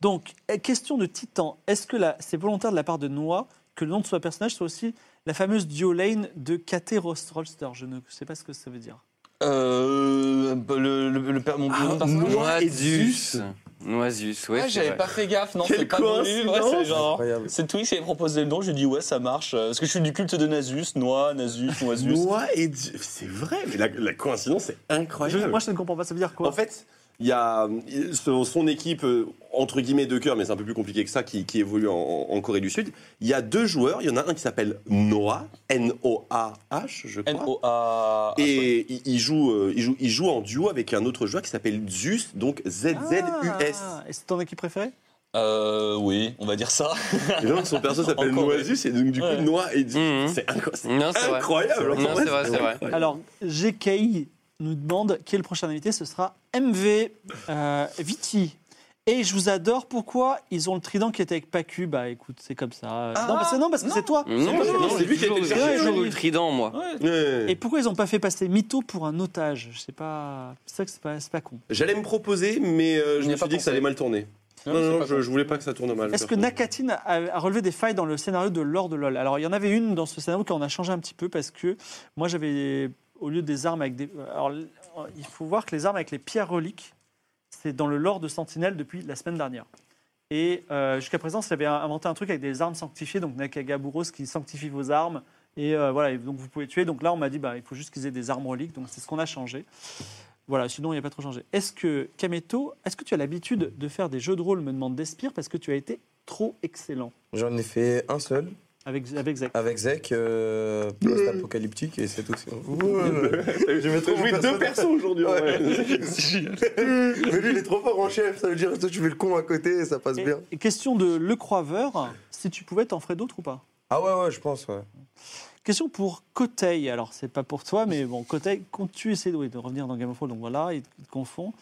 Speaker 1: Donc, eh, question de Titan. Est-ce que la- c'est volontaire de la part de Noah que le nom de son personnage soit aussi la fameuse duo lane de Katé Rost- Rolster Je ne sais pas ce que ça veut dire.
Speaker 2: Euh, bah, le, le- le père- mon,
Speaker 4: Ah,
Speaker 2: mon personnage.
Speaker 3: Noisus. Noisus, ouais.
Speaker 2: Ah, Ouais,
Speaker 3: c'est
Speaker 2: j'avais
Speaker 3: vrai.
Speaker 2: pas fait gaffe, non,
Speaker 4: Quelle
Speaker 2: c'est pas voulu. Ouais, c'est
Speaker 4: coïncidence.
Speaker 2: genre.
Speaker 5: Incroyable.
Speaker 2: C'est Twix qui avait proposé le nom, j'ai dit ouais, ça marche. euh, Parce que je suis du culte de Nasus, Noix, Nasus, Noisus.
Speaker 6: Noix et Dieu. C'est vrai, mais la, la coïncidence est
Speaker 1: Je-
Speaker 6: incroyable.
Speaker 1: moi, je ne comprends pas. Ça veut dire quoi
Speaker 6: en fait, il y a euh, son, son équipe, euh, entre guillemets, de cœur, mais c'est un peu plus compliqué que ça, qui, qui évolue en, en Corée du Sud. Il y a deux joueurs. Il y en a un qui s'appelle Noah, N-O-A-H, je crois.
Speaker 2: NOA.
Speaker 6: Et il, il joue, euh, il, joue, il joue en duo avec un autre joueur qui s'appelle Zeus, donc Z-Z-U-S.
Speaker 1: Ah, et c'est ton équipe préférée
Speaker 2: Euh, oui, on va dire ça.
Speaker 6: Et donc son perso s'appelle
Speaker 2: Encore,
Speaker 6: Noah
Speaker 2: ouais.
Speaker 6: Zeus, et donc du coup,
Speaker 2: Ouais.
Speaker 6: Noah et Zeus.
Speaker 3: Mhm.
Speaker 6: C'est inco- c'est
Speaker 3: Non, c'est vrai.
Speaker 6: incroyable. en
Speaker 3: Non,
Speaker 6: fait.
Speaker 3: c'est vrai, c'est vrai.
Speaker 1: Alors, GKI nous demande qui est le prochain invité. Ce sera MV euh, Viti. Et je vous adore. Pourquoi Ils ont le trident qui était avec Pacu. Bah écoute, c'est comme ça. non, bah, c'est- non, parce que c'est toi.
Speaker 3: Non,
Speaker 6: pas- non,
Speaker 3: non,
Speaker 6: c'est
Speaker 3: j'ai
Speaker 6: lui qui a
Speaker 3: toujours,
Speaker 6: été
Speaker 3: j'ai
Speaker 1: cherché.
Speaker 3: toujours eu
Speaker 1: Ouais.
Speaker 3: le trident, moi.
Speaker 6: Ouais.
Speaker 1: Et pourquoi ils n'ont pas fait passer Mito pour un otage Je sais pas. C'est ça que c'est pas, c'est pas con.
Speaker 6: J'allais me proposer, mais euh, je
Speaker 2: n'y
Speaker 6: me
Speaker 2: a
Speaker 6: suis
Speaker 2: pas
Speaker 6: dit que
Speaker 2: pensé.
Speaker 6: ça allait mal tourner. Non,
Speaker 2: mais c'est
Speaker 6: non,
Speaker 2: pas
Speaker 6: je, je voulais pas que ça tourne mal.
Speaker 1: Est-ce que Nakatine a, a relevé des failles dans le scénario de Lord de LOL Alors, il y en avait une dans ce scénario qu'on a changé un petit peu parce que moi, j'avais, au lieu des armes avec des. euh, Alors, il faut voir que les armes avec les pierres reliques, c'est dans le lore de Sentinelle depuis la semaine dernière. Et euh, jusqu'à présent, j'avais inventé un truc avec des armes sanctifiées, donc Nakagaburos qui sanctifie vos armes. Et euh, voilà, et donc vous pouvez tuer. Donc là, on m'a dit, bah, il faut juste qu'ils aient des armes reliques. Donc c'est ce qu'on a changé. Voilà, sinon il n'y a pas trop changé. Est-ce que, Kameto, est-ce que tu as l'habitude de faire des jeux de rôle, me demande Despire, parce que tu as été trop excellent
Speaker 5: J'en ai fait un seul
Speaker 1: avec, avec Zach
Speaker 5: avec Zek, euh, post-apocalyptique, et c'est tout. je vais
Speaker 4: T'as joué deux persos aujourd'hui. en vrai.
Speaker 5: Mais lui, il est trop fort en chef, ça veut dire toi, tu fais le con à côté et ça passe
Speaker 1: et,
Speaker 5: bien.
Speaker 1: et question de Le Croiveur, si tu pouvais t'en ferais d'autres ou pas
Speaker 5: Ah ouais, ouais, je pense, ouais.
Speaker 1: Question pour Coteil. Alors, c'est pas pour toi, mais bon, Coteil, comptes-tu essayer de, oui, de revenir dans Game of Thrones Donc voilà, il te, il te confond.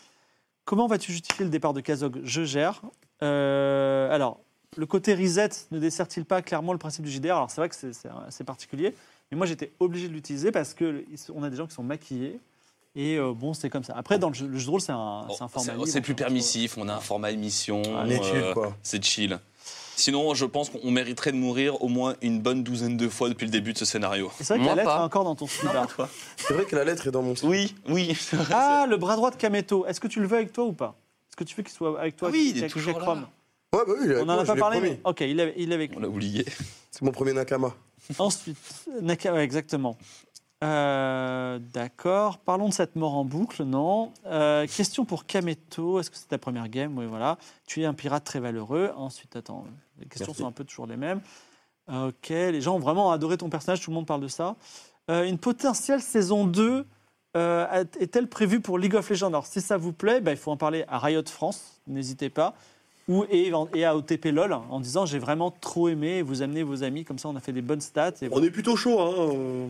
Speaker 1: Comment vas-tu justifier le départ de Kazog Je gère. Euh, alors, le côté reset ne dessert-il pas clairement le principe du JDR Alors, c'est vrai que c'est- c'est c'est particulier, mais moi, j'étais obligé de l'utiliser parce qu'on a des gens qui sont maquillés. Et euh, bon, c'est comme ça. Après, dans le jeu, le jeu de rôle, c'est un, c'est un format.
Speaker 2: Oh, C'est
Speaker 1: libre, hein,
Speaker 2: c'est
Speaker 1: enfin,
Speaker 2: plus
Speaker 1: on peut-
Speaker 2: permissif, on a un format émission.
Speaker 1: Ah,
Speaker 5: On
Speaker 2: euh,
Speaker 5: est chill, quoi.
Speaker 2: C'est chill. Sinon, je pense qu'on mériterait de mourir au moins une bonne douzaine de fois depuis le début de ce scénario.
Speaker 1: Et C'est vrai que
Speaker 3: Moi,
Speaker 1: la lettre
Speaker 3: pas.
Speaker 1: est encore dans ton slibard.
Speaker 5: C'est vrai que la lettre est dans mon sac.
Speaker 2: Oui, oui.
Speaker 1: Ah, le bras droit de Kameto. Est-ce que tu le veux avec toi ou pas Est-ce que tu veux qu'il soit avec toi
Speaker 2: Ah oui, il est
Speaker 1: avec- avec
Speaker 2: toujours là.
Speaker 1: Chrome
Speaker 5: Ouais, bah oui, il est
Speaker 1: On
Speaker 5: avec
Speaker 1: n'en
Speaker 5: moi,
Speaker 1: a
Speaker 5: je
Speaker 1: pas
Speaker 5: l'ai
Speaker 1: parlé,
Speaker 5: promis.
Speaker 1: mais ok, il est, il est avec
Speaker 2: On
Speaker 1: nous.
Speaker 2: l'a oublié.
Speaker 5: C'est mon premier Nakama.
Speaker 1: Ensuite, Naka, ouais, exactement. Euh, D'accord, parlons de cette mort en boucle, non Euh, Question pour Kameto, est-ce que c'est ta première game Oui, voilà. Tu es un pirate très valeureux. Ensuite, attends, les questions
Speaker 5: Merci.
Speaker 1: sont un peu toujours les mêmes. Euh, Ok, les gens ont vraiment adoré ton personnage, tout le monde parle de ça. Euh, une potentielle saison 2 euh, a- est-elle prévue pour League of Legends Alors, si ça vous plaît, bah, il faut en parler à Riot France, n'hésitez pas, ou et, et à OTP LOL, en disant j'ai vraiment trop aimé, vous amenez vos amis, comme ça on a fait des bonnes stats. et
Speaker 6: On est plutôt chaud, hein. euh,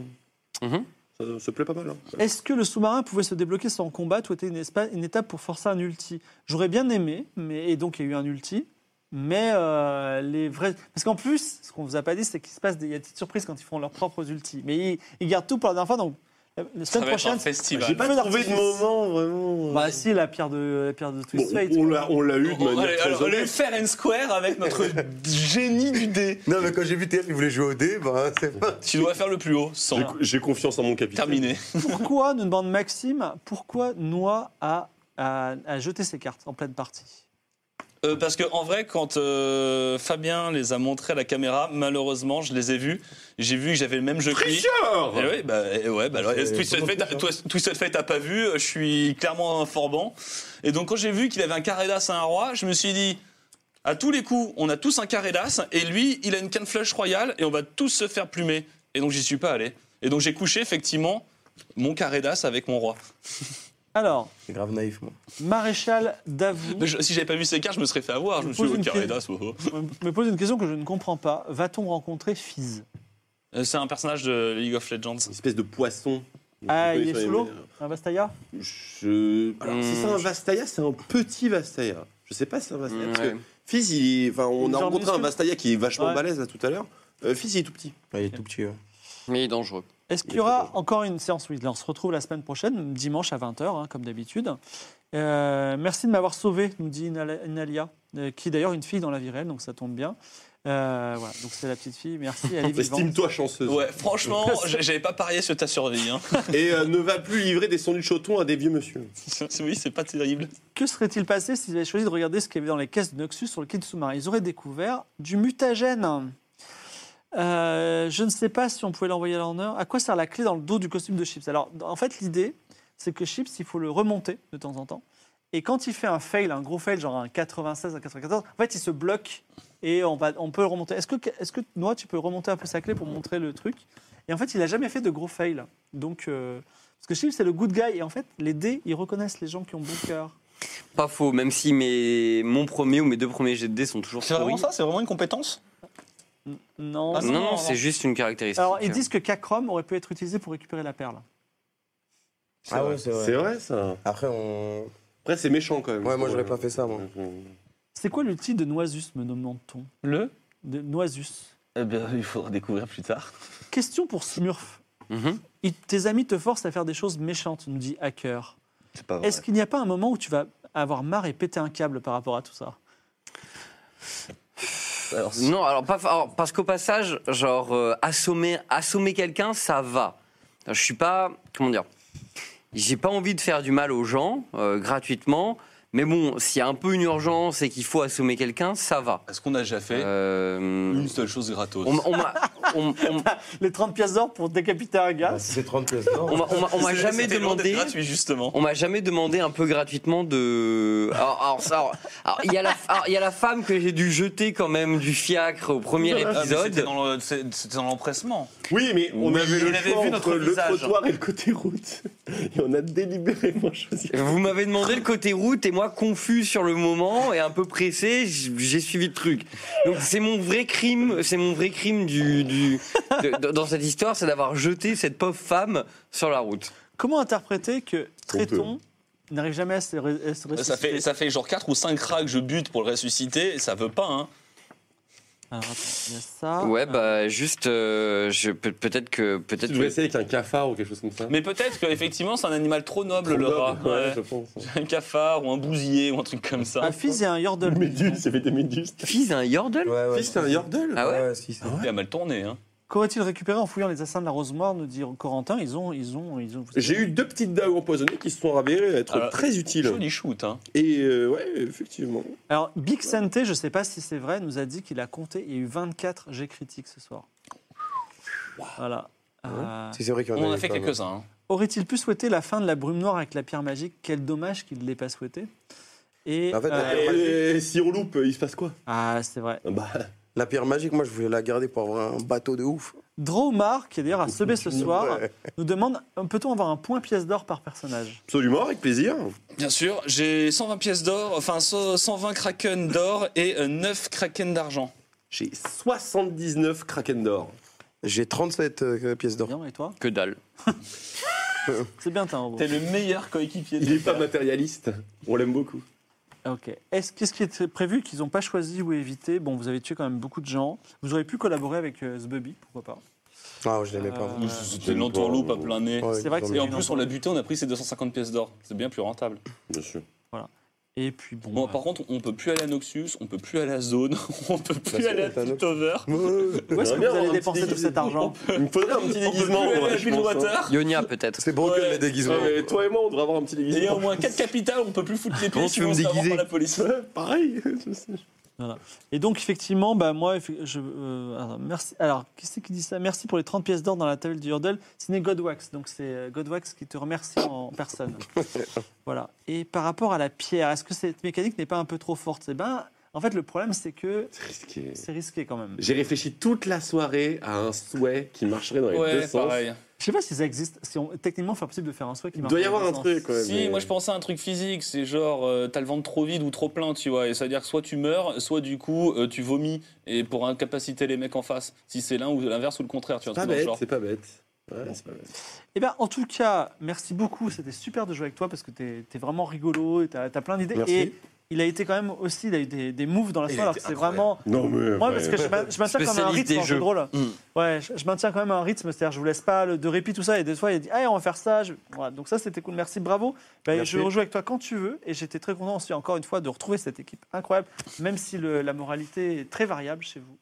Speaker 3: Mhm.
Speaker 6: Ça se plaît pas mal. hein.
Speaker 1: Est-ce que le sous-marin pouvait se débloquer sans combat ou était une, espa- une étape pour forcer un ulti J'aurais bien aimé, mais et donc il y a eu un ulti. Mais euh, les vrais. Parce qu'en plus, ce qu'on vous a pas dit, c'est qu'il se passe des, il y a des petites surprises quand ils font leurs propres ultis. Mais ils, ils gardent tout pour la dernière fois, donc la la
Speaker 2: Ça
Speaker 1: semaine
Speaker 2: va être un
Speaker 1: prochaine.
Speaker 6: J'ai
Speaker 2: festival.
Speaker 6: pas
Speaker 1: Feu
Speaker 6: trouvé de
Speaker 1: d'artifice.
Speaker 6: moment vraiment.
Speaker 1: Bah si, la pierre de, la pierre de
Speaker 6: Bon,
Speaker 1: Twist Fate.
Speaker 6: on
Speaker 1: quoi.
Speaker 6: l'a, on l'a eu de
Speaker 2: On
Speaker 6: manière
Speaker 2: allez,
Speaker 6: très
Speaker 2: Oh, alors, le
Speaker 6: honnête.
Speaker 2: fair and square avec notre génie du dé.
Speaker 5: Non, mais quand j'ai vu TF, il voulait jouer au dé, bah c'est pas.
Speaker 2: Tu dois faire le plus haut,
Speaker 6: J'ai,
Speaker 2: sans.
Speaker 6: j'ai confiance en mon capitaine.
Speaker 2: Terminé.
Speaker 1: Pourquoi, nous demande Maxime, pourquoi Noah a, a, a jeté ses cartes en pleine partie
Speaker 2: Euh, parce que en vrai, quand euh, Fabien les a montrés à la caméra, malheureusement, je les ai vus. J'ai vu que j'avais le même jeu que lui.
Speaker 6: Tricheur
Speaker 2: Eh oui, bah, eh ouais, bah, alors,
Speaker 5: C'est-
Speaker 2: Twisted
Speaker 5: comment
Speaker 2: Fate,
Speaker 5: tu fais
Speaker 2: Twist- Twisted Fate t'as pas vu, euh, je suis clairement un forban. Et donc, quand j'ai vu qu'il avait un carré d'as à un roi, je me suis dit, à tous les coups, on a tous un carré d'as, et lui, il a une canne flush royale, et on va tous se faire plumer. Et donc, j'y suis pas allé. Et donc, j'ai couché, effectivement, mon carré d'as avec mon roi.
Speaker 1: Alors,
Speaker 5: C'est grave naïf, moi.
Speaker 1: Maréchal Davou.
Speaker 2: Mais je- si j'avais pas vu ces cartes, je me serais fait avoir. Je me suis dit,
Speaker 1: Pose
Speaker 2: oh,
Speaker 1: une
Speaker 2: carré
Speaker 1: question.
Speaker 2: d'as, oh, oh.
Speaker 1: me pose une question que je ne comprends pas. Va-t-on rencontrer Fizz
Speaker 2: Euh, C'est un personnage de League of Legends.
Speaker 6: Une espèce de poisson.
Speaker 1: Ah,
Speaker 6: Je sais
Speaker 1: il
Speaker 6: pas,
Speaker 1: est sous
Speaker 6: mais,
Speaker 1: l'eau
Speaker 6: euh,
Speaker 1: Un Hein, Vastaya
Speaker 6: Je. Alors, si
Speaker 3: Hmm.
Speaker 6: c'est un Vastaya, c'est un petit Vastaya. Je sais pas si c'est un Vastaya. Parce que
Speaker 3: Ouais.
Speaker 6: Fizz, il est- enfin, on
Speaker 1: Une
Speaker 6: a
Speaker 1: jambe
Speaker 6: rencontré un
Speaker 1: minuscule.
Speaker 6: Vastaya qui est vachement
Speaker 1: Ouais.
Speaker 6: balèze là tout à l'heure. Euh, Fizz, il est tout petit.
Speaker 5: Ouais, il est tout petit, ouais.
Speaker 3: Mais il est dangereux.
Speaker 1: Est-ce qu'il y
Speaker 6: Il est
Speaker 1: aura
Speaker 6: très bon.
Speaker 1: encore une séance Oui, là, on se retrouve la semaine prochaine, dimanche à 20h, comme d'habitude. Euh, merci de m'avoir sauvé, nous dit Inala- Inalia, euh, qui est d'ailleurs une fille dans la vie réelle, donc ça tombe bien. Euh, voilà, donc c'est la petite fille, merci, elle est vivante.
Speaker 6: Estime-toi chanceuse.
Speaker 2: Ouais, franchement, j'- j'avais pas parié sur ta survie. Hein.
Speaker 6: Et euh, ne va plus livrer des sandwichs au thon à des vieux monsieur.
Speaker 2: oui, c'est pas terrible.
Speaker 1: Que serait-il passé s'ils avaient choisi de regarder ce qu'il y avait dans les caisses de Noxus sur le quai de sous-marin Ils auraient découvert du mutagène. Euh, je ne sais pas si on pouvait l'envoyer à l'honneur. À quoi sert la clé dans le dos du costume de Chips Alors, en fait, l'idée, c'est que Chips, il faut le remonter de temps en temps. Et quand il fait un fail, un gros fail, genre un 96, un 94, en fait, il se bloque et on, va, on peut le remonter. Est-ce que, est que Noah, tu peux remonter un peu sa clé pour montrer le truc Et en fait, il n'a jamais fait de gros fail. Donc, euh, parce que Shiv, c'est le good guy. Et en fait, les dés, ils reconnaissent les gens qui ont bon cœur.
Speaker 3: Pas faux, même si mes, mon premier ou mes deux premiers jets de dés sont toujours
Speaker 2: C'est vraiment
Speaker 3: pourris.
Speaker 2: ça C'est vraiment une compétence
Speaker 1: N- hein, Non.
Speaker 2: Ah,
Speaker 3: Non, non,
Speaker 2: Non,
Speaker 3: c'est hein.
Speaker 2: non.
Speaker 3: juste une caractéristique.
Speaker 1: Alors, ils disent que Cacrom aurait pu être utilisé pour récupérer la perle.
Speaker 6: C'est
Speaker 5: Ah
Speaker 6: vrai.
Speaker 5: ouais, c'est vrai.
Speaker 6: C'est vrai, ça.
Speaker 5: Après, on.
Speaker 6: Après, c'est méchant quand même. Mm-hmm.
Speaker 5: Ouais, moi, j'aurais pas fait ça, moi.
Speaker 1: C'est quoi l'outil de Noisus, me demande-t-on
Speaker 2: Le
Speaker 1: De Noisus.
Speaker 2: Eh bien, il faudra découvrir plus tard.
Speaker 1: Question pour Smurf.
Speaker 3: Mhm.
Speaker 1: Il- tes amis te forcent à faire des choses méchantes, nous dit Hacker.
Speaker 6: C'est pas vrai.
Speaker 1: Est-ce qu'il n'y a pas un moment où tu vas avoir marre et péter un câble par rapport à tout ça
Speaker 2: Alors, si-
Speaker 3: Non, alors, pas, alors, parce qu'au passage, genre, euh, assommer, assommer quelqu'un, ça va. Je suis pas. Comment dire J'ai pas envie de faire du mal aux gens euh, gratuitement, mais bon, s'il y a un peu une urgence et qu'il faut assommer quelqu'un, ça va.
Speaker 2: Est-ce qu'on a déjà fait
Speaker 3: Euh,
Speaker 2: une seule chose gratos
Speaker 3: on m'a- on m'a- on- on-
Speaker 1: Les 30 pièces d'or pour décapiter un gars
Speaker 5: Ah, C'est 30 pièces d'or.
Speaker 3: on m'a- on m'a- on m'a
Speaker 2: C'était-
Speaker 3: jamais
Speaker 2: c'était loin d'être
Speaker 3: demandé.
Speaker 2: gratuit, justement.
Speaker 3: On m'a jamais demandé un peu gratuitement de. Alors, alors, ça, alors, alors, il y a la- alors, il y a la femme que j'ai dû jeter quand même du fiacre au premier
Speaker 2: Ah, mais C'était
Speaker 3: épisode.
Speaker 2: dans le- c'est- c'était dans l'empressement.
Speaker 6: Oui, mais on
Speaker 2: Oui,
Speaker 6: avait
Speaker 2: on
Speaker 6: le
Speaker 2: avait
Speaker 6: choix
Speaker 2: vu notre
Speaker 6: entre le
Speaker 2: visage.
Speaker 6: trottoir et le côté route. Et on a délibérément choisi.
Speaker 3: Vous m'avez demandé le côté route et moi confus sur le moment et un peu pressé, j- j'ai suivi le truc. Donc c'est mon vrai crime, c'est mon vrai crime du, du- de- de- dans cette histoire, c'est d'avoir jeté cette pauvre femme sur la route.
Speaker 1: Comment interpréter que Tréton n'arrive jamais à se, ré- à se ressusciter
Speaker 2: Ça fait, ça fait genre 4 ou 5 rats que je bute pour le ressusciter, et ça veut pas, hein.
Speaker 1: Alors, Ah, attends, il y a ça.
Speaker 3: Ouais bah juste, euh, je peut- peut-être que peut-être.
Speaker 6: Tu devrais
Speaker 3: que-
Speaker 6: essayer avec un cafard ou quelque chose comme ça.
Speaker 2: Mais peut-être qu'effectivement, c'est un animal trop noble, le rat.
Speaker 6: Ouais,
Speaker 2: Ouais.
Speaker 6: je pense.
Speaker 2: Un cafard ou un bousier ou un truc comme ça.
Speaker 1: Un fils et un
Speaker 6: Une
Speaker 1: yordle.
Speaker 6: méduse, c'est fait des méduses.
Speaker 3: Fils d'un yordle.
Speaker 5: Ouais, ouais.
Speaker 6: Si, c'est un yordle.
Speaker 3: Ah ouais.
Speaker 5: si, si.
Speaker 2: Il a mal tourné, hein.
Speaker 1: Qu'aurait-il récupéré en fouillant les assassins de la rose noire nous dit Corentin. Ils ont, ils ont, ils ont.
Speaker 6: J'ai eu deux petites dagues empoisonnées qui se sont avérées être
Speaker 2: Ah,
Speaker 6: très utiles.
Speaker 2: Joli shoot, hein.
Speaker 6: Et euh, ouais, effectivement.
Speaker 1: Alors, Big Sente, je ne sais pas si c'est vrai, nous a dit qu'il a compté. Il y a eu 24 jets critiques ce soir. Voilà.
Speaker 5: Ah
Speaker 1: Euh,
Speaker 5: Si, c'est vrai qu'il y en
Speaker 2: On en a
Speaker 5: avait
Speaker 2: fait
Speaker 5: pas mal.
Speaker 2: quelques-uns. hein.
Speaker 1: Aurait-il pu souhaiter la fin de la brume noire avec la pierre magique Quel dommage qu'il ne l'ait pas souhaité. Et,
Speaker 5: Bah, En fait, la
Speaker 1: euh,
Speaker 5: pierre magique-
Speaker 6: Et si on loupe, il se passe quoi
Speaker 1: ah, c'est vrai.
Speaker 6: Bah,
Speaker 5: La pierre magique, moi, je voulais la garder pour avoir un bateau de ouf.
Speaker 1: Dromar, qui est d'ailleurs à Sebé ce soir,
Speaker 5: Ouais.
Speaker 1: nous demande euh, peut-on avoir un point pièce d'or par personnage
Speaker 6: absolument, avec plaisir.
Speaker 2: Bien sûr, j'ai 120 pièces d'or, enfin so- 120 kraken d'or et euh, 9 kraken d'argent.
Speaker 6: J'ai 79 kraken d'or.
Speaker 5: J'ai 37 euh, pièces d'or.
Speaker 1: Bien, et toi
Speaker 3: Que dalle.
Speaker 1: C'est bien, t'as un robot.
Speaker 2: T'es le meilleur coéquipier
Speaker 6: Il
Speaker 2: de
Speaker 6: est pas matérialiste. On l'aime beaucoup.
Speaker 1: Ok. Est-ce qu'est-ce qui était prévu qu'ils n'ont pas choisi ou évité Bon, vous avez tué quand même beaucoup de gens. Vous auriez pu collaborer avec euh, Zbubby, pourquoi pas
Speaker 5: Ah, je l'aimais pas.
Speaker 1: Euh,
Speaker 5: moi.
Speaker 2: C'était l'entourloupe à plein nez.
Speaker 5: Ouais,
Speaker 1: c'est vrai que
Speaker 5: ils
Speaker 2: Et
Speaker 5: ont
Speaker 2: en
Speaker 5: mis-
Speaker 2: plus, on l'a buté, on a pris ses 250 pièces d'or. C'est bien plus rentable.
Speaker 6: Bien sûr.
Speaker 1: Et puis bon.
Speaker 2: Bon,
Speaker 1: bah,
Speaker 2: par contre, on peut plus aller à Noxus, on peut plus aller à Zone, on peut plus
Speaker 5: c'est
Speaker 2: aller à
Speaker 5: vrai, t'as
Speaker 2: Pitover,
Speaker 1: Où est-ce que
Speaker 6: Bien,
Speaker 1: vous
Speaker 6: on a
Speaker 1: allez
Speaker 6: un
Speaker 1: dépenser
Speaker 6: petit
Speaker 1: tout cet argent
Speaker 6: Il me faudrait un petit
Speaker 2: on peut plus
Speaker 6: déguisement.
Speaker 2: aller
Speaker 6: ouais,
Speaker 2: à
Speaker 6: je pense, hein.
Speaker 2: Bridgewater.
Speaker 3: Yonia peut-être.
Speaker 5: C'est broken
Speaker 2: Ouais.
Speaker 5: les déguisements.
Speaker 6: Ouais, mais toi et moi, on devrait avoir un petit
Speaker 2: Et il y a
Speaker 6: déguisement.
Speaker 2: au moins 4 capitales, on peut plus foutre les pieds
Speaker 3: Comment
Speaker 2: si
Speaker 3: tu veux
Speaker 2: on
Speaker 3: me
Speaker 2: se fait avoir
Speaker 3: déguiser
Speaker 2: par la police.
Speaker 6: Ouais, Pareil. je sais.
Speaker 1: Et donc, effectivement, bah, moi, eff- je, euh, alors, merci. Alors, qui c'est qui dit ça Merci pour les 30 pièces d'or dans la table du Hurdle. Ciné Godwax. Donc, c'est euh, Godwax qui te remercie en personne. voilà. Et par rapport à la pierre, est-ce que cette mécanique n'est pas un peu trop forte Eh ben, en fait, le problème, c'est que
Speaker 6: C'est risqué.
Speaker 1: c'est risqué quand même.
Speaker 6: J'ai réfléchi toute la soirée à un souhait qui marcherait dans les deux
Speaker 2: Ouais,
Speaker 6: sens.
Speaker 2: pareil.
Speaker 1: Je sais pas si ça existe. Si on, techniquement, c'est impossible de faire un souhait qui
Speaker 6: Il
Speaker 1: marche.
Speaker 6: doit y
Speaker 1: dans les
Speaker 6: avoir
Speaker 1: deux
Speaker 6: un
Speaker 1: sens.
Speaker 6: truc. ouais,
Speaker 2: Si,
Speaker 6: mais-
Speaker 2: moi je pensais à un truc physique, c'est genre euh, t'as le ventre trop vide ou trop plein, tu vois, et ça veut dire que soit tu meurs, soit du coup euh, tu vomis, et pour incapaciter les mecs en face, si c'est l'un ou l'inverse ou le contraire, tu vois,
Speaker 6: Pas
Speaker 2: un truc dans
Speaker 6: bête,
Speaker 2: le genre.
Speaker 6: c'est pas bête. Ouais, c'est pas bête.
Speaker 1: Eh ben, en tout cas, merci beaucoup. C'était super de jouer avec toi parce que t'es es vraiment rigolo et t'as as plein d'idées.
Speaker 5: Merci.
Speaker 1: Et il a été quand même aussi, il a eu des, des moves dans la
Speaker 2: Il
Speaker 1: soirée.
Speaker 2: a
Speaker 1: Alors
Speaker 2: été
Speaker 1: que c'est
Speaker 2: incroyable.
Speaker 1: vraiment.
Speaker 6: Non, mais.
Speaker 1: Moi, parce que je, ma- je maintiens quand même un
Speaker 3: Spécialiste
Speaker 1: rythme
Speaker 3: des
Speaker 1: en jeu de
Speaker 3: jeux.
Speaker 1: rôle.
Speaker 2: Mm.
Speaker 1: Ouais, je, je maintiens quand même un rythme, c'est-à-dire je vous laisse pas le- de répit tout ça. Et des fois, il dit, ah, on va faire ça. je- voilà, donc ça, c'était cool. Merci, bravo. Ben,
Speaker 6: Merci.
Speaker 1: Je rejoue avec toi quand tu veux. Et j'étais très content aussi, encore une fois, de retrouver cette équipe incroyable, même si le- la moralité est très variable chez vous.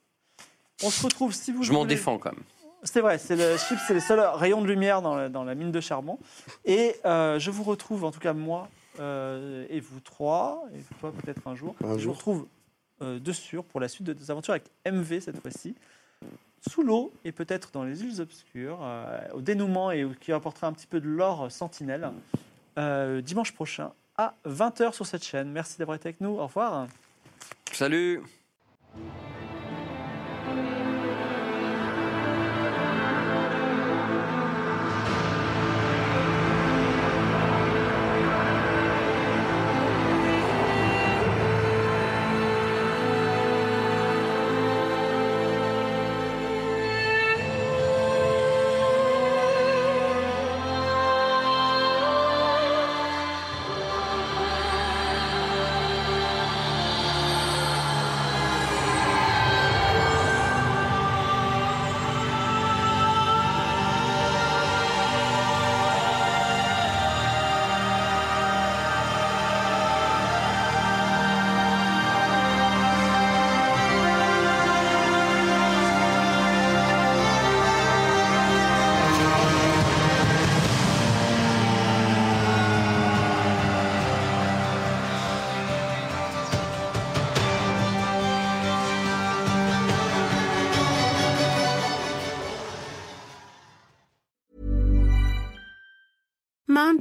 Speaker 1: On se retrouve si vous
Speaker 3: Je m'en
Speaker 1: voulez.
Speaker 3: défends quand même.
Speaker 1: C'est vrai, c'est le chip, c'est les seuls rayons de lumière dans la, dans la mine de charbon. Et euh, je vous retrouve, en tout cas moi euh, et vous trois, et toi peut-être un jour,
Speaker 5: Un
Speaker 1: je
Speaker 5: jour.
Speaker 1: vous retrouve euh, de sûr pour la suite de nos aventures avec MV cette fois-ci, sous l'eau et peut-être dans les îles obscures, euh, au dénouement et au- qui apportera un petit peu de l'or sentinelle euh, dimanche prochain à 20h sur cette chaîne. Merci d'avoir été avec nous. Au revoir.
Speaker 3: Salut
Speaker 7: Mom